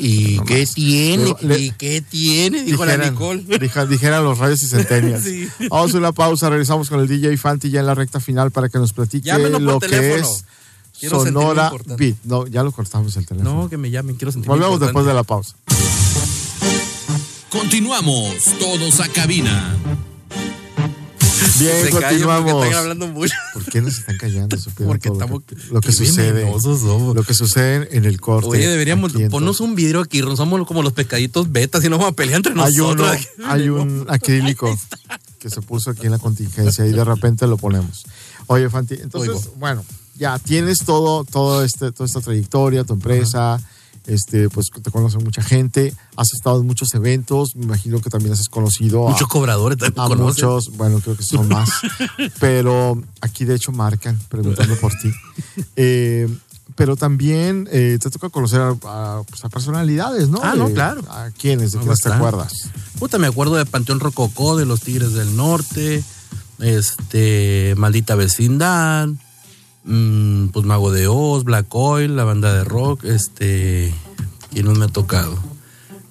[SPEAKER 2] ¿y qué tiene? ¿Y qué tiene? Dijo la Nicole.
[SPEAKER 3] Dijeran, dijeran los radios y centenias.
[SPEAKER 2] Sí.
[SPEAKER 3] Vamos a una pausa, regresamos con el DJ Fanti ya en la recta final para que nos platique
[SPEAKER 2] Llámenos por
[SPEAKER 3] lo que
[SPEAKER 2] teléfono.
[SPEAKER 3] es
[SPEAKER 2] Quiero sentirme
[SPEAKER 3] Sonora
[SPEAKER 2] importante.
[SPEAKER 3] Beat. No, ya lo cortamos el teléfono.
[SPEAKER 2] No, que me llamen, quiero sentir.
[SPEAKER 3] Volvemos después de la pausa.
[SPEAKER 1] Continuamos todos a cabina.
[SPEAKER 3] Bien, continuamos.
[SPEAKER 2] Están hablando mucho.
[SPEAKER 3] ¿Por qué nos están callando? Supieron
[SPEAKER 2] Porque
[SPEAKER 3] todo
[SPEAKER 2] estamos-
[SPEAKER 3] lo que, lo que
[SPEAKER 2] qué
[SPEAKER 3] sucede.
[SPEAKER 2] venenosos somos.
[SPEAKER 3] Lo que sucede en el corte.
[SPEAKER 2] Oye, deberíamos
[SPEAKER 3] Este, Aquí en
[SPEAKER 2] ponernos un vidrio aquí, somos como los pescaditos betas y nos vamos a pelear entre
[SPEAKER 3] hay uno,
[SPEAKER 2] nosotros.
[SPEAKER 3] hay un acrílico que se puso aquí en la contingencia y de repente lo ponemos. Oye, Fanti, entonces,
[SPEAKER 2] Oigo.
[SPEAKER 3] bueno, ya tienes todo, todo este, toda esta trayectoria, tu empresa, este, pues te conoce mucha gente, has estado en muchos eventos, me imagino que también has conocido a-
[SPEAKER 2] Muchos cobradores también
[SPEAKER 3] a,
[SPEAKER 2] conocen.
[SPEAKER 3] muchos, bueno, creo que son más, pero aquí de hecho marcan preguntando por ti. Eh, pero también eh, te toca conocer a, a, pues, a personalidades, ¿no?
[SPEAKER 2] Ah, no,
[SPEAKER 3] De-
[SPEAKER 2] claro.
[SPEAKER 3] ¿A quiénes? ¿De
[SPEAKER 2] No,
[SPEAKER 3] quiénes te
[SPEAKER 2] bastante.
[SPEAKER 3] acuerdas?
[SPEAKER 2] Puta, me acuerdo de Panteón Rococó, de los Tigres del Norte, este, Maldita Vecindad, mm, pues Mago de Oz, Black Oil, la banda de rock, este, ¿quién no me ha tocado?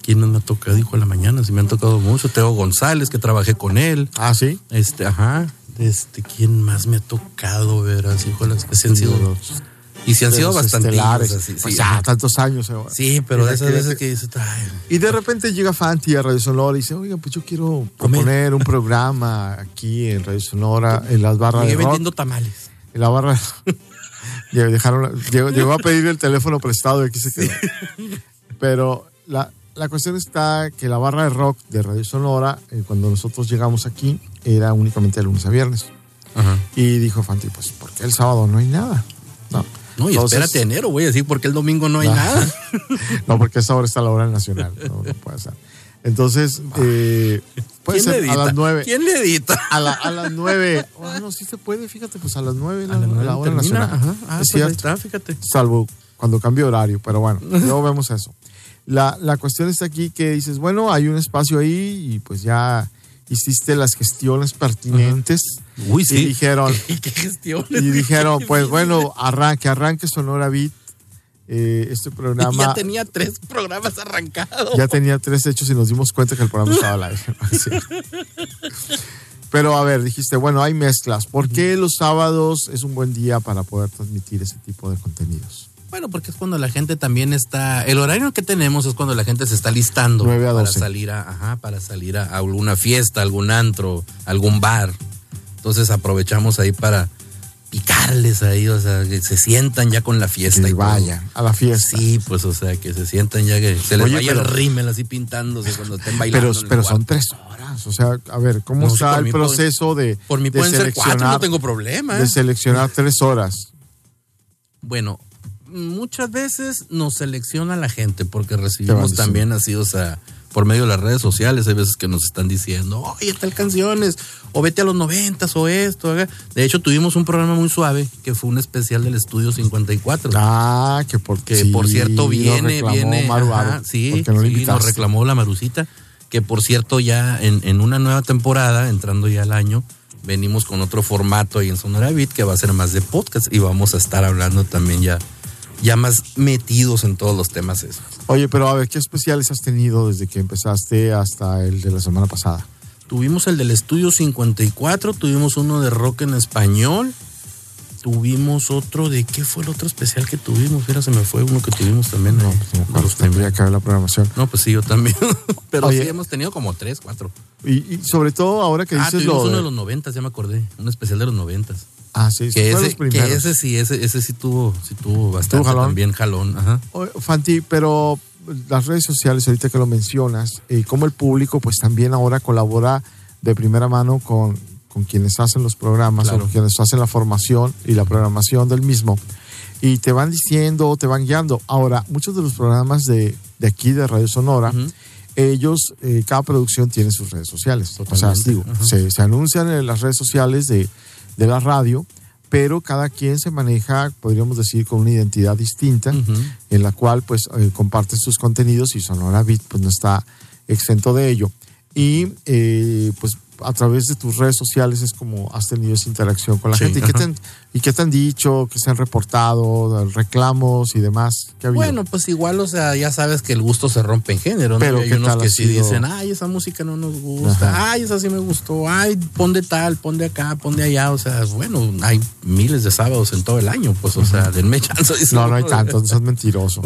[SPEAKER 2] ¿Quién no me ha tocado? Dijo en la mañana, si me han tocado mucho. Teo González, que trabajé con él.
[SPEAKER 3] Ah, sí.
[SPEAKER 2] Este, ajá. Este, ¿quién más me ha tocado ver así? Híjolas, que se han sido.
[SPEAKER 3] Los-
[SPEAKER 2] Y se han
[SPEAKER 3] de
[SPEAKER 2] sido
[SPEAKER 3] los
[SPEAKER 2] bastante.
[SPEAKER 3] estelares. Pues ya, tantos años. eh,
[SPEAKER 2] Sí, pero de
[SPEAKER 3] mira
[SPEAKER 2] esas
[SPEAKER 3] que-
[SPEAKER 2] veces que dices, ay,
[SPEAKER 3] Y de repente llega Fanti a Radio Sonora y dice, oiga, pues yo quiero
[SPEAKER 2] Comer.
[SPEAKER 3] proponer un programa aquí en Radio Sonora, en las barras
[SPEAKER 2] llegué
[SPEAKER 3] de rock,
[SPEAKER 2] vendiendo tamales.
[SPEAKER 3] en la barra. Llegó- Dejaron, llegó, llegó a pedir el teléfono prestado y aquí se quedó. Pero la, la cuestión está que la barra de rock de Radio Sonora, eh, cuando nosotros llegamos aquí, era únicamente de lunes a viernes.
[SPEAKER 2] Ajá.
[SPEAKER 3] Y dijo Fanti, pues, ¿por qué el sábado no hay nada? No,
[SPEAKER 2] No, y
[SPEAKER 3] Entonces-
[SPEAKER 2] espérate a enero, güey, así porque el domingo no hay
[SPEAKER 3] Ah.
[SPEAKER 2] nada.
[SPEAKER 3] No, porque esa hora está la hora nacional. No, no puede ser. Entonces, eh, puede
[SPEAKER 2] Ah. ¿Quién le
[SPEAKER 3] ser
[SPEAKER 2] edita?
[SPEAKER 3] a las nueve.
[SPEAKER 2] ¿Quién le edita?
[SPEAKER 3] A, la- a las nueve. Ah, no, sí se puede, fíjate, pues a las nueve la,
[SPEAKER 2] A las nueve
[SPEAKER 3] la hora
[SPEAKER 2] termina,
[SPEAKER 3] nacional.
[SPEAKER 2] ajá. Ah,
[SPEAKER 3] es
[SPEAKER 2] pues ahí
[SPEAKER 3] cierto.
[SPEAKER 2] está, fíjate.
[SPEAKER 3] Salvo cuando cambie horario, pero bueno, luego vemos eso. La, la cuestión está aquí que dices, bueno, hay un espacio ahí y pues ya hiciste las gestiones pertinentes.
[SPEAKER 2] Uy,
[SPEAKER 3] Y dijeron,
[SPEAKER 2] ¿Y qué gestiones?
[SPEAKER 3] y dijeron, pues bueno, arranque, arranque Sonora Beat, eh, este programa.
[SPEAKER 2] ya tenía tres programas arrancados.
[SPEAKER 3] Ya tenía tres hechos y nos dimos cuenta que el programa estaba al aire. ¿no? Sí. Pero a ver, dijiste, bueno, hay mezclas. ¿Por qué los sábados es un buen día para poder transmitir ese tipo de contenidos?
[SPEAKER 2] Bueno, porque es cuando la gente también está. El horario que tenemos es cuando la gente se está listando
[SPEAKER 3] 9 a
[SPEAKER 2] para
[SPEAKER 3] 12.
[SPEAKER 2] salir a, ajá, para salir a alguna fiesta, algún antro, algún bar. Entonces aprovechamos ahí para picarles ahí, o sea, que se sientan ya con la fiesta
[SPEAKER 3] Que
[SPEAKER 2] y todo.
[SPEAKER 3] vayan a la fiesta.
[SPEAKER 2] Sí, pues, o sea, que se sientan ya que se les
[SPEAKER 3] Oye,
[SPEAKER 2] vaya el
[SPEAKER 3] pero-
[SPEAKER 2] rímel así pintándose cuando estén bailando.
[SPEAKER 3] pero
[SPEAKER 2] en el
[SPEAKER 3] pero son
[SPEAKER 2] cuarto.
[SPEAKER 3] tres horas. O sea, a ver, ¿cómo
[SPEAKER 2] No, sí,
[SPEAKER 3] está
[SPEAKER 2] por
[SPEAKER 3] el
[SPEAKER 2] mí pueden-
[SPEAKER 3] proceso de,
[SPEAKER 2] Por mí
[SPEAKER 3] de
[SPEAKER 2] pueden ser cuatro, no
[SPEAKER 3] seleccionar,
[SPEAKER 2] tengo problema. ¿eh?
[SPEAKER 3] de seleccionar tres horas?
[SPEAKER 2] Bueno, muchas veces nos selecciona la gente porque
[SPEAKER 3] Te van
[SPEAKER 2] recibimos
[SPEAKER 3] diciendo.
[SPEAKER 2] también así, o sea, por medio de las redes sociales, hay veces que nos están diciendo, oye, tal canciones, o vete a los noventas, o esto. haga". De hecho, tuvimos un programa muy suave que fue un especial del Estudio 54.
[SPEAKER 3] Ah, que porque.
[SPEAKER 2] que por cierto viene, viene,
[SPEAKER 3] Maru
[SPEAKER 2] ajá,
[SPEAKER 3] Aro,
[SPEAKER 2] sí,
[SPEAKER 3] porque no lo
[SPEAKER 2] sí, nos
[SPEAKER 3] invitaste.
[SPEAKER 2] reclamó la Marucita, que por cierto ya en, en una nueva temporada, entrando ya al año, venimos con otro formato ahí en Sonora Beat que va a ser más de podcast y vamos a estar hablando también ya, ya más metidos en todos los temas esos.
[SPEAKER 3] Oye, pero a ver, ¿qué especiales has tenido desde que empezaste hasta el de la semana pasada?
[SPEAKER 2] Tuvimos el del Estudio 54, tuvimos uno de rock en español, tuvimos otro de, ¿qué fue el otro especial que tuvimos? Mira, se me fue uno que tuvimos también.
[SPEAKER 3] No,
[SPEAKER 2] ahí,
[SPEAKER 3] pues no me
[SPEAKER 2] de
[SPEAKER 3] acuerdo,
[SPEAKER 2] los
[SPEAKER 3] tendría
[SPEAKER 2] primeros.
[SPEAKER 3] que ver la programación.
[SPEAKER 2] No, pues sí, yo también. Pero
[SPEAKER 3] Oye.
[SPEAKER 2] sí, hemos tenido como tres, cuatro.
[SPEAKER 3] Y, y sobre todo ahora que
[SPEAKER 2] Ah,
[SPEAKER 3] dices
[SPEAKER 2] tuvimos
[SPEAKER 3] lo
[SPEAKER 2] uno
[SPEAKER 3] de-
[SPEAKER 2] de los noventas, ya me acordé. Un especial de los noventas.
[SPEAKER 3] Ah, sí,
[SPEAKER 2] Que
[SPEAKER 3] fueron
[SPEAKER 2] ese,
[SPEAKER 3] los primeros.
[SPEAKER 2] que ese sí, ese, ese sí tuvo, sí tuvo bastante
[SPEAKER 3] jalón?
[SPEAKER 2] también jalón. Ajá.
[SPEAKER 3] Oye, Fanti, pero las redes sociales, ahorita que lo mencionas, y cómo el público pues también ahora colabora de primera mano con, con quienes hacen los programas
[SPEAKER 2] Claro.
[SPEAKER 3] o quienes hacen la formación y la programación del mismo. Y te van diciendo, te van guiando. Ahora, muchos de los programas de, de aquí, de Radio Sonora,
[SPEAKER 2] Ujú.
[SPEAKER 3] ellos, eh, cada producción tiene sus redes sociales. O sea,
[SPEAKER 2] Totalmente.
[SPEAKER 3] digo,
[SPEAKER 2] Ajá.
[SPEAKER 3] se, se anuncian en las redes sociales de, de la radio, pero cada quien se maneja, podríamos decir, con una identidad distinta,
[SPEAKER 2] Ujú.
[SPEAKER 3] en la cual pues eh, comparte sus contenidos y Sonora Beat pues no está exento de ello. Y eh, pues a través de tus redes sociales es como has tenido esa interacción con la
[SPEAKER 2] Sí,
[SPEAKER 3] gente. ¿Y qué, te
[SPEAKER 2] ajá.
[SPEAKER 3] han, ¿Y qué te han dicho? ¿Qué se han reportado? ¿Reclamos y demás? ¿Qué ha habido?
[SPEAKER 2] Bueno, pues igual, o sea, ya sabes que el gusto se rompe en género, ¿no?
[SPEAKER 3] Pero
[SPEAKER 2] Y hay
[SPEAKER 3] ¿qué
[SPEAKER 2] unos
[SPEAKER 3] tal
[SPEAKER 2] que
[SPEAKER 3] ha
[SPEAKER 2] sí
[SPEAKER 3] sido?
[SPEAKER 2] dicen, ay, esa música no nos gusta,
[SPEAKER 3] Ajá.
[SPEAKER 2] ay, esa sí me gustó, ay, pon de tal, pon de acá, pon de allá, o sea, bueno, hay miles de sábados en todo el año, pues, o sea, denme chance. dice
[SPEAKER 3] no, no
[SPEAKER 2] uno.
[SPEAKER 3] hay tantos, no seas mentiroso.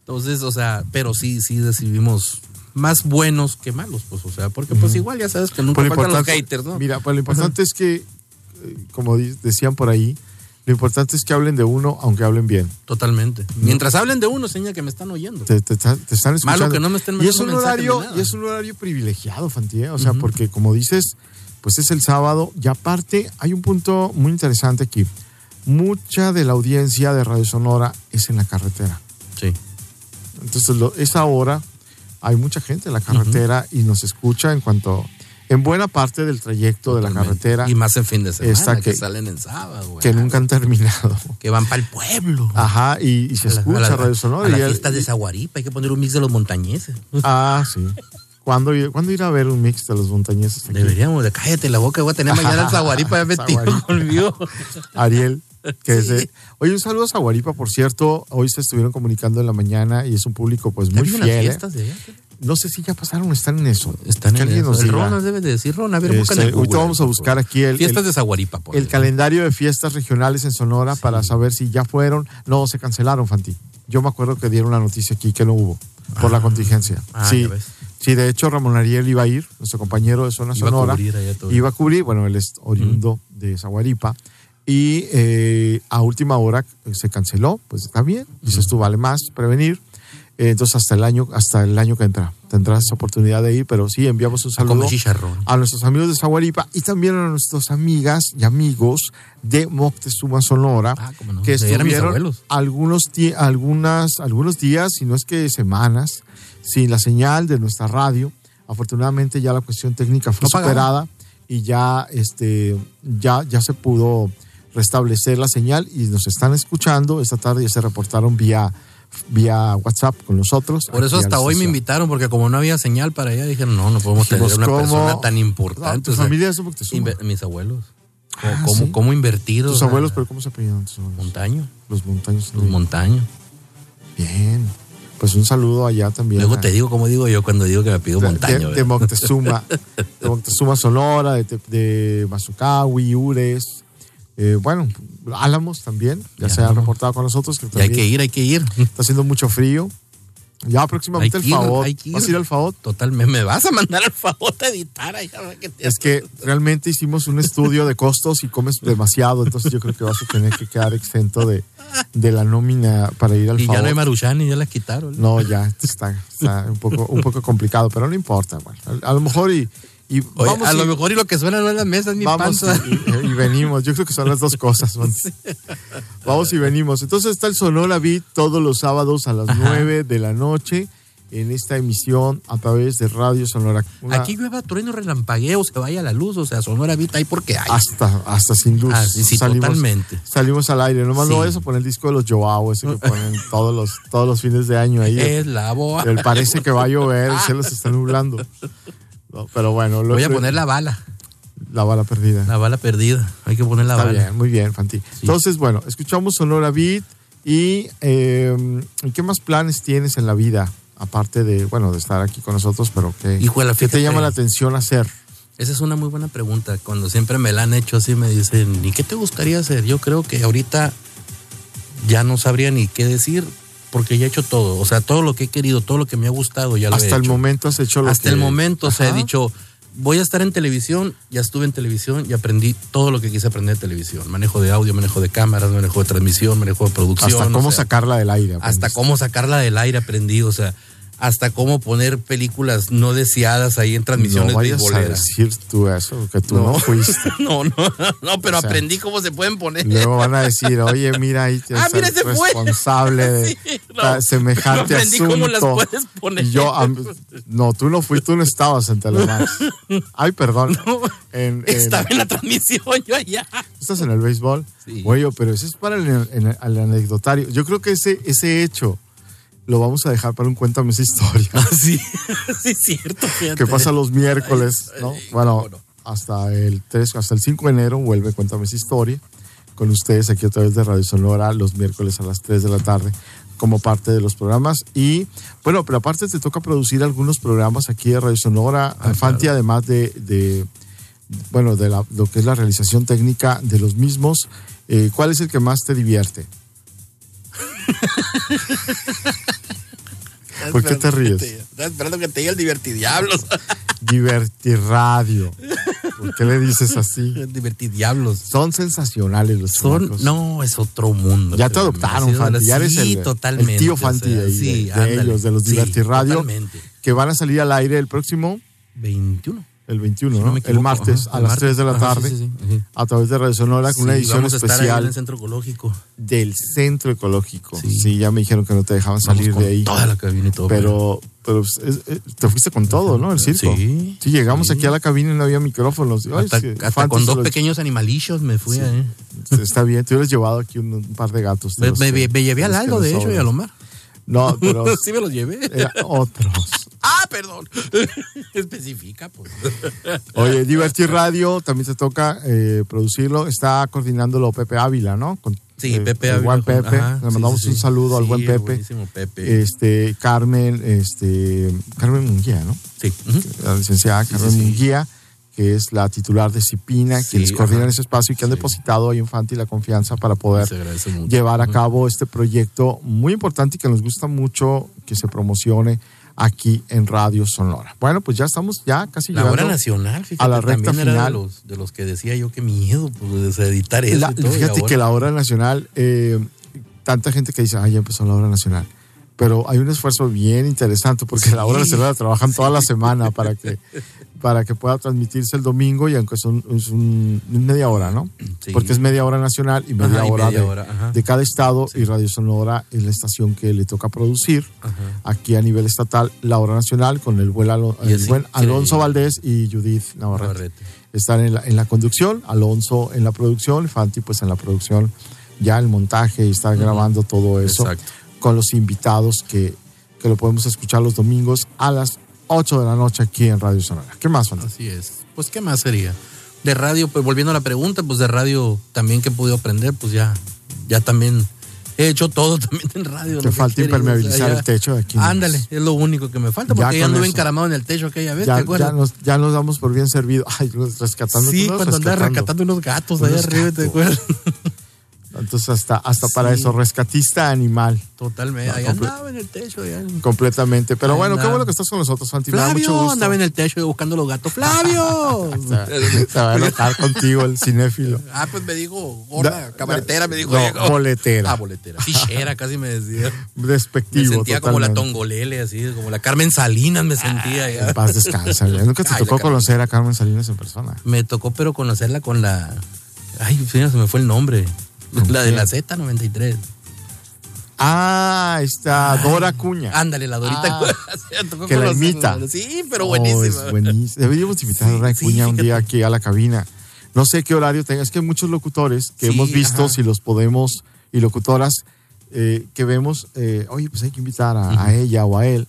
[SPEAKER 2] Entonces, o sea, pero sí, sí recibimos más buenos que malos, pues, o sea, porque pues igual ya sabes que nunca
[SPEAKER 3] Pues lo
[SPEAKER 2] faltan los
[SPEAKER 3] importante-
[SPEAKER 2] haters, ¿no?
[SPEAKER 3] Mira, pues lo importante es que, eh, como di- decían por ahí, lo importante es que hablen de uno, aunque hablen bien.
[SPEAKER 2] Totalmente. Mientras hablen de uno, señal que me están oyendo.
[SPEAKER 3] Te, te están- te están escuchando.
[SPEAKER 2] Malo que no me estén
[SPEAKER 3] y
[SPEAKER 2] mandando
[SPEAKER 3] es un
[SPEAKER 2] mensajes
[SPEAKER 3] horario
[SPEAKER 2] ni nada.
[SPEAKER 3] Y es un horario privilegiado, Fantier. O sea, porque como dices, pues es el sábado. Y aparte, hay un punto muy interesante aquí. Mucha de la audiencia de Radio Sonora es en la carretera.
[SPEAKER 2] Sí.
[SPEAKER 3] Entonces, lo- esa hora hay mucha gente en la carretera y nos escucha en cuanto, en buena parte del trayecto de la carretera
[SPEAKER 2] Y más en fin de semana,
[SPEAKER 3] Está
[SPEAKER 2] que,
[SPEAKER 3] que-
[SPEAKER 2] salen en sábado, güey.
[SPEAKER 3] que nunca han terminado.
[SPEAKER 2] que van para el pueblo.
[SPEAKER 3] Ajá, y, y se escucha Radio Sonora.
[SPEAKER 2] A
[SPEAKER 3] y
[SPEAKER 2] la
[SPEAKER 3] el-
[SPEAKER 2] fiesta de Zaguaripa, hay que poner un mix de los montañeses.
[SPEAKER 3] Ah, sí. ¿Cuándo, ir- ¿Cuándo ir a ver un mix de los montañeses? aquí?
[SPEAKER 2] Deberíamos de cállate la boca, voy a tener mañana el Zaguaripa ya metido
[SPEAKER 3] Zaguaripa.
[SPEAKER 2] conmigo.
[SPEAKER 3] Ariel. Que es de- Oye, un saludo a Zaguaripa, por cierto. Hoy se estuvieron comunicando en la mañana y es un público pues muy
[SPEAKER 2] ¿Había unas
[SPEAKER 3] fiel. ¿eh?
[SPEAKER 2] fiestas de allá?
[SPEAKER 3] No sé si ya pasaron o están en eso.
[SPEAKER 2] Están
[SPEAKER 3] Que
[SPEAKER 2] en
[SPEAKER 3] alguien
[SPEAKER 2] eso.
[SPEAKER 3] nos
[SPEAKER 2] El
[SPEAKER 3] diga.
[SPEAKER 2] Ron debe de decir, Ron, a ver,
[SPEAKER 3] Este,
[SPEAKER 2] buscan en
[SPEAKER 3] ahorita
[SPEAKER 2] Google.
[SPEAKER 3] vamos a buscar aquí el,
[SPEAKER 2] Fiestas
[SPEAKER 3] el-
[SPEAKER 2] de Zaguaripa, por
[SPEAKER 3] el calendario de fiestas regionales en Sonora para saber si ya fueron. No, se cancelaron, Fanti. Yo me acuerdo que dieron la noticia aquí que no hubo por la contingencia.
[SPEAKER 2] Ah,
[SPEAKER 3] sí,
[SPEAKER 2] ya ves.
[SPEAKER 3] sí, de hecho Ramón Ariel iba a ir, nuestro compañero de Zona
[SPEAKER 2] Iba a
[SPEAKER 3] Sonora.
[SPEAKER 2] cubrir allá todo.
[SPEAKER 3] Iba a cubrir, bueno, él es oriundo de Zaguaripa. Y eh, a última hora eh, se canceló, pues está bien. Dices tú, vale más prevenir. Eh, entonces hasta el año hasta el año que entra tendrás oportunidad de ir, pero sí, enviamos un saludo
[SPEAKER 2] comer chicharrón.
[SPEAKER 3] a nuestros amigos de Zaguaripa y también a nuestras amigas y amigos de Moctezuma Sonora,
[SPEAKER 2] Ah, cómo no,
[SPEAKER 3] que
[SPEAKER 2] de ahí eran mis
[SPEAKER 3] estuvieron
[SPEAKER 2] abuelos.
[SPEAKER 3] algunos, ti- algunas, algunos días, si no es que semanas, sin la señal de nuestra radio. Afortunadamente ya la cuestión técnica fue
[SPEAKER 2] No pagaban.
[SPEAKER 3] superada y ya, este, ya, ya se pudo restablecer la señal y nos están escuchando. Esta tarde ya se reportaron vía, vía WhatsApp con nosotros.
[SPEAKER 2] Por eso
[SPEAKER 3] aquí a la
[SPEAKER 2] hasta hoy me
[SPEAKER 3] estación.
[SPEAKER 2] invitaron, porque como no había señal para allá, dijeron, no, no podemos tener
[SPEAKER 3] Dijimos,
[SPEAKER 2] una
[SPEAKER 3] Pues, ¿cómo?
[SPEAKER 2] persona tan
[SPEAKER 3] Ah,
[SPEAKER 2] importante.
[SPEAKER 3] tu
[SPEAKER 2] o sea,
[SPEAKER 3] familia es de Moctezuma.
[SPEAKER 2] inve- mis abuelos.
[SPEAKER 3] Ah,
[SPEAKER 2] ¿Cómo,
[SPEAKER 3] ¿sí?
[SPEAKER 2] cómo invertidos?
[SPEAKER 3] Tus
[SPEAKER 2] a-
[SPEAKER 3] abuelos, pues. pero ¿cómo se apellidan tus abuelos?
[SPEAKER 2] Montaño,
[SPEAKER 3] Los montaños.
[SPEAKER 2] los montaños.
[SPEAKER 3] Bien. Pues un saludo allá también.
[SPEAKER 2] Luego
[SPEAKER 3] a-
[SPEAKER 2] te digo como digo yo cuando digo que me pido
[SPEAKER 3] de,
[SPEAKER 2] montaño.
[SPEAKER 3] de, de
[SPEAKER 2] ¿verdad?
[SPEAKER 3] Moctezuma. de Moctezuma Sonora, de, Te- de Mazucawi, Ures. eh, bueno, Álamos también. Ya,
[SPEAKER 2] Ya.
[SPEAKER 3] se han reportado con nosotros que
[SPEAKER 2] y hay
[SPEAKER 3] también
[SPEAKER 2] que ir, hay que ir.
[SPEAKER 3] está haciendo mucho frío. Ya próximamente
[SPEAKER 2] Hay
[SPEAKER 3] el
[SPEAKER 2] que ir,
[SPEAKER 3] FAOT.
[SPEAKER 2] hay que ir.
[SPEAKER 3] ¿Vas a ir al FAOT?
[SPEAKER 2] Total, me, me vas a mandar al favor de editar allá. ¿verdad? Que te-
[SPEAKER 3] Es que realmente hicimos un estudio de costos y comes demasiado, entonces yo creo que vas a tener que quedar exento de, de la nómina para ir al
[SPEAKER 2] y
[SPEAKER 3] FAOT.
[SPEAKER 2] ya no hay Maruchani, ya las quitaron.
[SPEAKER 3] No, ya está, está un, poco, un poco complicado, pero no importa. Bueno, a, a lo mejor y, y
[SPEAKER 2] Oye,
[SPEAKER 3] vamos,
[SPEAKER 2] a lo
[SPEAKER 3] y,
[SPEAKER 2] mejor y lo que suena no es la mesa, es mi
[SPEAKER 3] vamos
[SPEAKER 2] panza.
[SPEAKER 3] y- y- y venimos. Yo creo que son las dos cosas. man. Vamos y venimos. Entonces está el Sonora Beat todos los sábados a las nueve 9 de la noche en esta emisión a través de Radio Sonora. Una-
[SPEAKER 2] Aquí llueva, trueno, relampagueo, se vaya la luz, o sea, Sonora Vita ahí porque hay.
[SPEAKER 3] hasta, hasta sin luz.
[SPEAKER 2] Ah, sí, sí, totalmente.
[SPEAKER 3] Salimos al aire. Nomás no
[SPEAKER 2] Sí.
[SPEAKER 3] vayas a poner el disco de los Joao, ese que ponen todos los, todos los fines de año ahí.
[SPEAKER 2] es la boa.
[SPEAKER 3] El parece que va a llover, el cielo se está nublando. No, pero bueno, lo-
[SPEAKER 2] Voy a poner la bala,
[SPEAKER 3] la bala perdida.
[SPEAKER 2] la bala perdida. Hay que poner la
[SPEAKER 3] está
[SPEAKER 2] bala.
[SPEAKER 3] bien, muy bien, Fanti. Entonces, bueno, escuchamos Sonora Beat y eh, ¿y ¿qué más planes tienes en la vida? Aparte de, bueno, de estar aquí con nosotros, pero ¿qué,
[SPEAKER 2] Híjole,
[SPEAKER 3] ¿qué te
[SPEAKER 2] fíjate.
[SPEAKER 3] llama la atención hacer?
[SPEAKER 2] Esa es una muy buena pregunta. Cuando siempre me la han hecho así, me dicen, ¿y qué te gustaría hacer? Yo creo que ahorita ya no sabría ni qué decir porque ya he hecho todo. O sea, todo lo que he querido, todo lo que me ha gustado, ya lo he
[SPEAKER 3] Hasta el
[SPEAKER 2] hecho.
[SPEAKER 3] momento has hecho lo
[SPEAKER 2] Hasta
[SPEAKER 3] que-
[SPEAKER 2] el momento, se
[SPEAKER 3] Ajá.
[SPEAKER 2] he dicho, voy a estar en televisión, ya estuve en televisión y aprendí todo lo que quise aprender de televisión. Manejo de audio, manejo de cámaras, manejo de transmisión, manejo de producción.
[SPEAKER 3] Hasta
[SPEAKER 2] o
[SPEAKER 3] cómo
[SPEAKER 2] sea,
[SPEAKER 3] sacarla del aire.
[SPEAKER 2] hasta
[SPEAKER 3] aprendiste.
[SPEAKER 2] cómo sacarla del aire aprendí, o sea, hasta cómo poner películas no deseadas ahí en transmisiones
[SPEAKER 3] No vayas a
[SPEAKER 2] beisboleras.
[SPEAKER 3] decir tú eso, que tú no,
[SPEAKER 2] No.
[SPEAKER 3] fuiste.
[SPEAKER 2] No, no, no, pero
[SPEAKER 3] O sea,
[SPEAKER 2] aprendí cómo se pueden poner.
[SPEAKER 3] Luego van a decir, oye, mira, ahí
[SPEAKER 2] Ah,
[SPEAKER 3] es
[SPEAKER 2] mira,
[SPEAKER 3] el
[SPEAKER 2] se fue.
[SPEAKER 3] responsable de
[SPEAKER 2] Sí, no,
[SPEAKER 3] ta- semejante
[SPEAKER 2] no aprendí
[SPEAKER 3] asunto.
[SPEAKER 2] cómo las puedes poner.
[SPEAKER 3] Y yo, am- no, tú no fuiste, tú no estabas en Telemax. Ay, perdón. En- en-
[SPEAKER 2] Estaba en la transmisión yo allá.
[SPEAKER 3] estás en el béisbol.
[SPEAKER 2] Sí.
[SPEAKER 3] Güey, pero eso es para el, en el- al anecdotario. Yo creo que ese, ese hecho lo vamos a dejar para un Cuéntame esa historia.
[SPEAKER 2] sí, sí, es cierto. fíjate.
[SPEAKER 3] que Ah, pasa los miércoles,
[SPEAKER 2] Ay,
[SPEAKER 3] ¿no?
[SPEAKER 2] ay,
[SPEAKER 3] Bueno,
[SPEAKER 2] cómo no.
[SPEAKER 3] hasta el 3, hasta el 5 de enero vuelve Cuéntame esa historia con ustedes aquí a través de Radio Sonora los miércoles a las 3 de la tarde como parte de los programas y bueno, pero aparte te toca producir algunos programas aquí de Radio
[SPEAKER 2] Ah,
[SPEAKER 3] Sonora, Fanti, además de, de, bueno, de la- lo que es la realización técnica de los mismos, eh, ¿cuál es el que más te divierte? ¿Por qué te ríes?
[SPEAKER 2] Estás esperando que te diga el divertidiablos.
[SPEAKER 3] Divertiradio. ¿Por qué le dices así?
[SPEAKER 2] divertidiablos.
[SPEAKER 3] Son sensacionales los
[SPEAKER 2] Son,
[SPEAKER 3] chamacos.
[SPEAKER 2] no, es otro mundo.
[SPEAKER 3] Ya te
[SPEAKER 2] créeme.
[SPEAKER 3] adoptaron,
[SPEAKER 2] Sí,
[SPEAKER 3] Fanti, ya eres
[SPEAKER 2] sí,
[SPEAKER 3] el- el
[SPEAKER 2] totalmente.
[SPEAKER 3] tío Fanti de ahí, de- de
[SPEAKER 2] ándale.
[SPEAKER 3] ellos, de los
[SPEAKER 2] Sí,
[SPEAKER 3] Divertiradio.
[SPEAKER 2] Totalmente.
[SPEAKER 3] Que van a salir al aire el próximo,
[SPEAKER 2] 21.
[SPEAKER 3] el 21,
[SPEAKER 2] si no
[SPEAKER 3] ¿no?
[SPEAKER 2] me
[SPEAKER 3] el
[SPEAKER 2] equivoco,
[SPEAKER 3] martes
[SPEAKER 2] ajá,
[SPEAKER 3] a
[SPEAKER 2] el
[SPEAKER 3] las
[SPEAKER 2] martes.
[SPEAKER 3] 3 de la
[SPEAKER 2] Ajá, sí,
[SPEAKER 3] tarde,
[SPEAKER 2] sí, sí, ajá.
[SPEAKER 3] a través de Radio Sonora, con una
[SPEAKER 2] Sí,
[SPEAKER 3] edición
[SPEAKER 2] vamos a estar ahí en
[SPEAKER 3] especial
[SPEAKER 2] el centro ecológico.
[SPEAKER 3] del Centro Ecológico. Sí.
[SPEAKER 2] Sí.
[SPEAKER 3] ya me dijeron que no te dejaban
[SPEAKER 2] Vamos
[SPEAKER 3] salir
[SPEAKER 2] con
[SPEAKER 3] de ahí.
[SPEAKER 2] Toda la cabina y todo.
[SPEAKER 3] Pero, pero pues, es- es- te fuiste con todo, ¿no? El circo.
[SPEAKER 2] Sí,
[SPEAKER 3] llegamos
[SPEAKER 2] sí.
[SPEAKER 3] aquí a la cabina y no había micrófonos. Ay,
[SPEAKER 2] hasta,
[SPEAKER 3] sí,
[SPEAKER 2] hasta
[SPEAKER 3] Fanti
[SPEAKER 2] con
[SPEAKER 3] se
[SPEAKER 2] dos
[SPEAKER 3] lo-
[SPEAKER 2] pequeños animalillos me fui. eh.
[SPEAKER 3] Está bien, te hubieras llevado aquí un, un par de gatos. de
[SPEAKER 2] Me,
[SPEAKER 3] los
[SPEAKER 2] me-
[SPEAKER 3] que-
[SPEAKER 2] me llevé al
[SPEAKER 3] los que
[SPEAKER 2] Aldo,
[SPEAKER 3] nos
[SPEAKER 2] de hecho,
[SPEAKER 3] sobran. eh.
[SPEAKER 2] y a Lomar.
[SPEAKER 3] No, pero
[SPEAKER 2] sí me los llevé.
[SPEAKER 3] eran otros.
[SPEAKER 2] Ah, perdón. Especifica, pues.
[SPEAKER 3] Oye, Divertir Radio también te toca eh, producirlo. Está coordinándolo Pepe Ávila, ¿no? Con,
[SPEAKER 2] Sí,
[SPEAKER 3] eh,
[SPEAKER 2] Pepe
[SPEAKER 3] el
[SPEAKER 2] Ávila
[SPEAKER 3] buen
[SPEAKER 2] con-
[SPEAKER 3] Pepe.
[SPEAKER 2] ajá,
[SPEAKER 3] Le
[SPEAKER 2] sí,
[SPEAKER 3] mandamos
[SPEAKER 2] sí,
[SPEAKER 3] un
[SPEAKER 2] sí.
[SPEAKER 3] saludo al
[SPEAKER 2] Sí,
[SPEAKER 3] buen
[SPEAKER 2] el
[SPEAKER 3] Pepe.
[SPEAKER 2] buenísimo Pepe.
[SPEAKER 3] Este, Carmen, este, Carmen Munguía, ¿no?
[SPEAKER 2] Sí. ujú.
[SPEAKER 3] La licenciada Carmen
[SPEAKER 2] sí, sí.
[SPEAKER 3] Munguía, que es la titular de Cipina,
[SPEAKER 2] Sí,
[SPEAKER 3] quienes coordinan
[SPEAKER 2] ajá.
[SPEAKER 3] ese espacio y que han
[SPEAKER 2] Sí.
[SPEAKER 3] depositado a Infante y la confianza para poder
[SPEAKER 2] Se agradece mucho.
[SPEAKER 3] llevar a cabo este proyecto muy importante y que nos gusta mucho que se promocione aquí en Radio Sonora. Bueno, pues ya estamos ya casi
[SPEAKER 2] La
[SPEAKER 3] llegando.
[SPEAKER 2] hora nacional, fíjate,
[SPEAKER 3] a la recta
[SPEAKER 2] también era de
[SPEAKER 3] final.
[SPEAKER 2] los, de los que decía yo que miedo pues, de editar eso.
[SPEAKER 3] La-
[SPEAKER 2] y todo, y
[SPEAKER 3] fíjate
[SPEAKER 2] ahora-
[SPEAKER 3] que la hora nacional, eh, tanta gente que dice, ah, ya empezó la hora nacional. Pero hay un esfuerzo bien interesante porque la hora
[SPEAKER 2] Sí.
[SPEAKER 3] nacional la trabajan toda la semana para que, para que pueda transmitirse el domingo y aunque son es un- media hora, ¿no?
[SPEAKER 2] Sí.
[SPEAKER 3] Porque es media hora nacional y media
[SPEAKER 2] Ajá, y
[SPEAKER 3] hora,
[SPEAKER 2] media
[SPEAKER 3] de,
[SPEAKER 2] hora, ajá.
[SPEAKER 3] de cada estado y Radio Sonora es la estación que le toca producir
[SPEAKER 2] Ajá.
[SPEAKER 3] aquí a nivel estatal la hora nacional con el buen, Alo-
[SPEAKER 2] Y
[SPEAKER 3] el
[SPEAKER 2] así
[SPEAKER 3] buen
[SPEAKER 2] cree-
[SPEAKER 3] Alonso Valdés y Judith Navarrete
[SPEAKER 2] Navarrete.
[SPEAKER 3] están en la, en la conducción, Alonso en la producción, Fanti pues en la producción, ya el montaje y estar grabando todo eso
[SPEAKER 2] Exacto.
[SPEAKER 3] con los invitados que, que lo podemos escuchar los domingos a las 8 de la noche aquí en Radio Sonora. ¿Qué más, Fanti?
[SPEAKER 2] Así es. Pues, ¿qué más sería? De radio, pues volviendo a la pregunta, pues de radio también que pude aprender, pues ya, ya también he hecho todo también en radio.
[SPEAKER 3] Te
[SPEAKER 2] lo que
[SPEAKER 3] falta
[SPEAKER 2] quieres,
[SPEAKER 3] impermeabilizar
[SPEAKER 2] ya-
[SPEAKER 3] el techo de aquí nomás.
[SPEAKER 2] Ándale, es lo único que me falta,
[SPEAKER 3] Ya
[SPEAKER 2] porque ya
[SPEAKER 3] con
[SPEAKER 2] anduve
[SPEAKER 3] eso.
[SPEAKER 2] encaramado en el techo aquella vez, ¿te
[SPEAKER 3] Ya, ya
[SPEAKER 2] acuerdas?
[SPEAKER 3] nos, ya nos damos por bien servido. Ay, los rescatando.
[SPEAKER 2] sí,
[SPEAKER 3] tú nos
[SPEAKER 2] cuando andaba rescatando unos gatos allá
[SPEAKER 3] Unos
[SPEAKER 2] arriba,
[SPEAKER 3] gatos.
[SPEAKER 2] ¿te acuerdas?
[SPEAKER 3] Entonces hasta, hasta para
[SPEAKER 2] Sí.
[SPEAKER 3] eso, rescatista animal,
[SPEAKER 2] Totalmente,
[SPEAKER 3] No, pues,
[SPEAKER 2] ahí
[SPEAKER 3] comple-
[SPEAKER 2] andaba en el techo, allá en-
[SPEAKER 3] completamente. Pero
[SPEAKER 2] Ahí
[SPEAKER 3] bueno, qué
[SPEAKER 2] andaba.
[SPEAKER 3] bueno que estás con nosotros, Fanti. Me da mucho
[SPEAKER 2] Flavio,
[SPEAKER 3] gusto.
[SPEAKER 2] andaba en el techo buscando los gatos. ¡Flavio!
[SPEAKER 3] Se va a enojar contigo el cinéfilo.
[SPEAKER 2] ah, pues me dijo
[SPEAKER 3] Da-
[SPEAKER 2] gorda, cabaretera, me dijo.
[SPEAKER 3] no,
[SPEAKER 2] oye, ¿cómo?
[SPEAKER 3] boletera.
[SPEAKER 2] Ah, boletera. Fichera, casi me decía. Me
[SPEAKER 3] Despectivo.
[SPEAKER 2] sentía como la
[SPEAKER 3] totalmente.
[SPEAKER 2] Tongolele, así, como la Carmen Salinas me sentía. ya.
[SPEAKER 3] En paz descansa. Ya Nunca te
[SPEAKER 2] Ay,
[SPEAKER 3] tocó
[SPEAKER 2] la Carmen.
[SPEAKER 3] conocer a Carmen Salinas en persona.
[SPEAKER 2] Me tocó, pero conocerla con la. Ay, señor, se me fue el nombre. La de la Z93.
[SPEAKER 3] Ah, está Dora Cuña.
[SPEAKER 2] Ándale, la Dorita.
[SPEAKER 3] Ah,
[SPEAKER 2] Me tocó
[SPEAKER 3] que la
[SPEAKER 2] conocerla.
[SPEAKER 3] imita.
[SPEAKER 2] Sí, pero
[SPEAKER 3] Oh,
[SPEAKER 2] buenísima.
[SPEAKER 3] es buenísima. Deberíamos invitar a Dora
[SPEAKER 2] Sí, sí,
[SPEAKER 3] Cuña un
[SPEAKER 2] fíjate.
[SPEAKER 3] día aquí a la cabina. No sé qué horario tenga. Es que hay muchos locutores que
[SPEAKER 2] Sí,
[SPEAKER 3] hemos visto,
[SPEAKER 2] ajá.
[SPEAKER 3] si los podemos, y locutoras eh, que vemos, eh, oye, pues hay que invitar a, a ella o a él.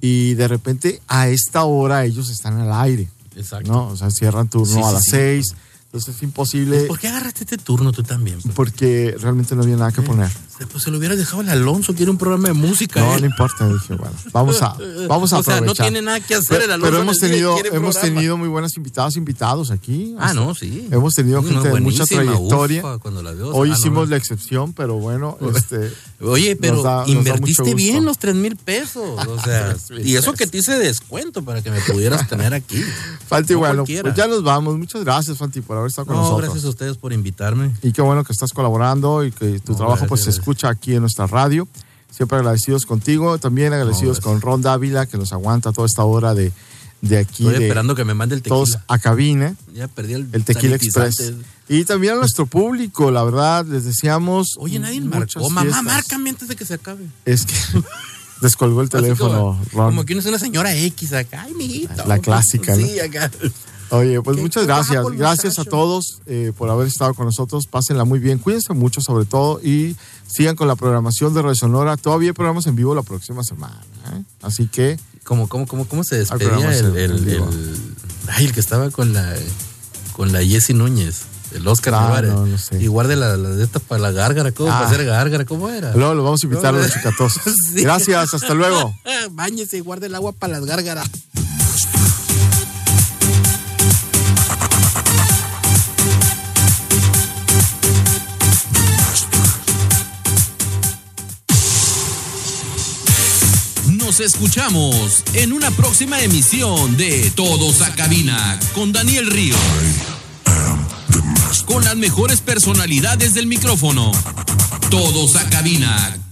[SPEAKER 3] Y de repente a esta hora ellos están al aire.
[SPEAKER 2] Exacto.
[SPEAKER 3] ¿no? O sea, cierran turno
[SPEAKER 2] Sí,
[SPEAKER 3] a
[SPEAKER 2] sí,
[SPEAKER 3] las
[SPEAKER 2] sí.
[SPEAKER 3] seis. Entonces es imposible
[SPEAKER 2] ¿Por qué agarraste este turno tú también? pues?
[SPEAKER 3] porque realmente no había nada que poner.
[SPEAKER 2] Pues se lo hubieras dejado al Alonso, quiere un programa de música.
[SPEAKER 3] No,
[SPEAKER 2] él.
[SPEAKER 3] no importa. Dije, bueno, vamos a, vamos a
[SPEAKER 2] O sea, no
[SPEAKER 3] aprovechar.
[SPEAKER 2] tiene nada que hacer el
[SPEAKER 3] Pero,
[SPEAKER 2] Alonso
[SPEAKER 3] pero
[SPEAKER 2] en
[SPEAKER 3] hemos
[SPEAKER 2] el día y
[SPEAKER 3] tenido,
[SPEAKER 2] quiere
[SPEAKER 3] hemos
[SPEAKER 2] programa.
[SPEAKER 3] tenido muy buenas invitadas, invitados aquí. Este,
[SPEAKER 2] Ah,
[SPEAKER 3] Hasta-
[SPEAKER 2] no, sí.
[SPEAKER 3] Hemos
[SPEAKER 2] No,
[SPEAKER 3] tenido gente de mucha
[SPEAKER 2] buenísima,
[SPEAKER 3] trayectoria.
[SPEAKER 2] ufa, cuando la veo,
[SPEAKER 3] Hoy
[SPEAKER 2] ah, no.
[SPEAKER 3] hicimos la excepción, pero bueno, este,
[SPEAKER 2] Oye, pero
[SPEAKER 3] nos da- nos da mucho
[SPEAKER 2] invertiste
[SPEAKER 3] gusto.
[SPEAKER 2] bien los tres mil pesos. O sea, y eso que te hice descuento para que me pudieras tener aquí.
[SPEAKER 3] Fanti,
[SPEAKER 2] No
[SPEAKER 3] bueno,
[SPEAKER 2] cualquiera.
[SPEAKER 3] pues ya nos vamos. Muchas gracias, Fanti, por haber estado con
[SPEAKER 2] No,
[SPEAKER 3] nosotros.
[SPEAKER 2] gracias a ustedes por invitarme.
[SPEAKER 3] y qué bueno que estás colaborando y que tu
[SPEAKER 2] No,
[SPEAKER 3] trabajo
[SPEAKER 2] gracias,
[SPEAKER 3] pues se
[SPEAKER 2] gracias.
[SPEAKER 3] escucha aquí en nuestra radio. Siempre agradecidos contigo, también agradecidos
[SPEAKER 2] gracias.
[SPEAKER 3] con Ron Dávila que nos aguanta toda esta hora de, de aquí
[SPEAKER 2] Estoy
[SPEAKER 3] de
[SPEAKER 2] esperando que me mande el tequila.
[SPEAKER 3] todos a cabina,
[SPEAKER 2] Ya perdí el,
[SPEAKER 3] el Tequila Express.
[SPEAKER 2] sanitizante.
[SPEAKER 3] Y también a nuestro público, la verdad, les deseamos
[SPEAKER 2] Oye, nadie
[SPEAKER 3] muchas
[SPEAKER 2] marcó. Mamá,
[SPEAKER 3] fiestas.
[SPEAKER 2] márcame antes de que se acabe.
[SPEAKER 3] Es que descolgó el
[SPEAKER 2] Así
[SPEAKER 3] teléfono,
[SPEAKER 2] como,
[SPEAKER 3] Ron.
[SPEAKER 2] como que uno es una señora X acá. Ay, mijito.
[SPEAKER 3] La clásica,
[SPEAKER 2] Sí, acá.
[SPEAKER 3] Oye, pues
[SPEAKER 4] Que
[SPEAKER 3] muchas
[SPEAKER 4] corra
[SPEAKER 3] gracias.
[SPEAKER 4] por
[SPEAKER 3] Gracias a
[SPEAKER 4] muchacho.
[SPEAKER 3] todos eh, por haber estado con nosotros. Pásenla muy bien. Cuídense mucho sobre todo y sigan con la programación de Radio Sonora. Todavía hay programas en vivo la próxima semana. ¿eh? Así que
[SPEAKER 2] ¿Cómo, cómo, cómo, cómo se
[SPEAKER 3] programa
[SPEAKER 2] despedía
[SPEAKER 3] se-
[SPEAKER 2] el, el-
[SPEAKER 3] digo.
[SPEAKER 2] el- ay, el que estaba con la con la Jessy Núñez, el Oscar
[SPEAKER 3] Ah,
[SPEAKER 2] Guevara?
[SPEAKER 3] no, no sé.
[SPEAKER 2] Y guarde la, la de esta para la gárgara, ¿cómo?
[SPEAKER 3] Ah.
[SPEAKER 2] Para hacer gárgara, ¿cómo era?
[SPEAKER 3] luego los vamos a invitar a los
[SPEAKER 2] Sí.
[SPEAKER 3] chicatosos. Gracias, hasta luego.
[SPEAKER 2] Ah, Báñese y guarde el agua para las gárgaras.
[SPEAKER 1] Nos escuchamos en una próxima emisión de Todos a Cabina con Daniel Ríos. Con las mejores personalidades del micrófono. Todos a Cabina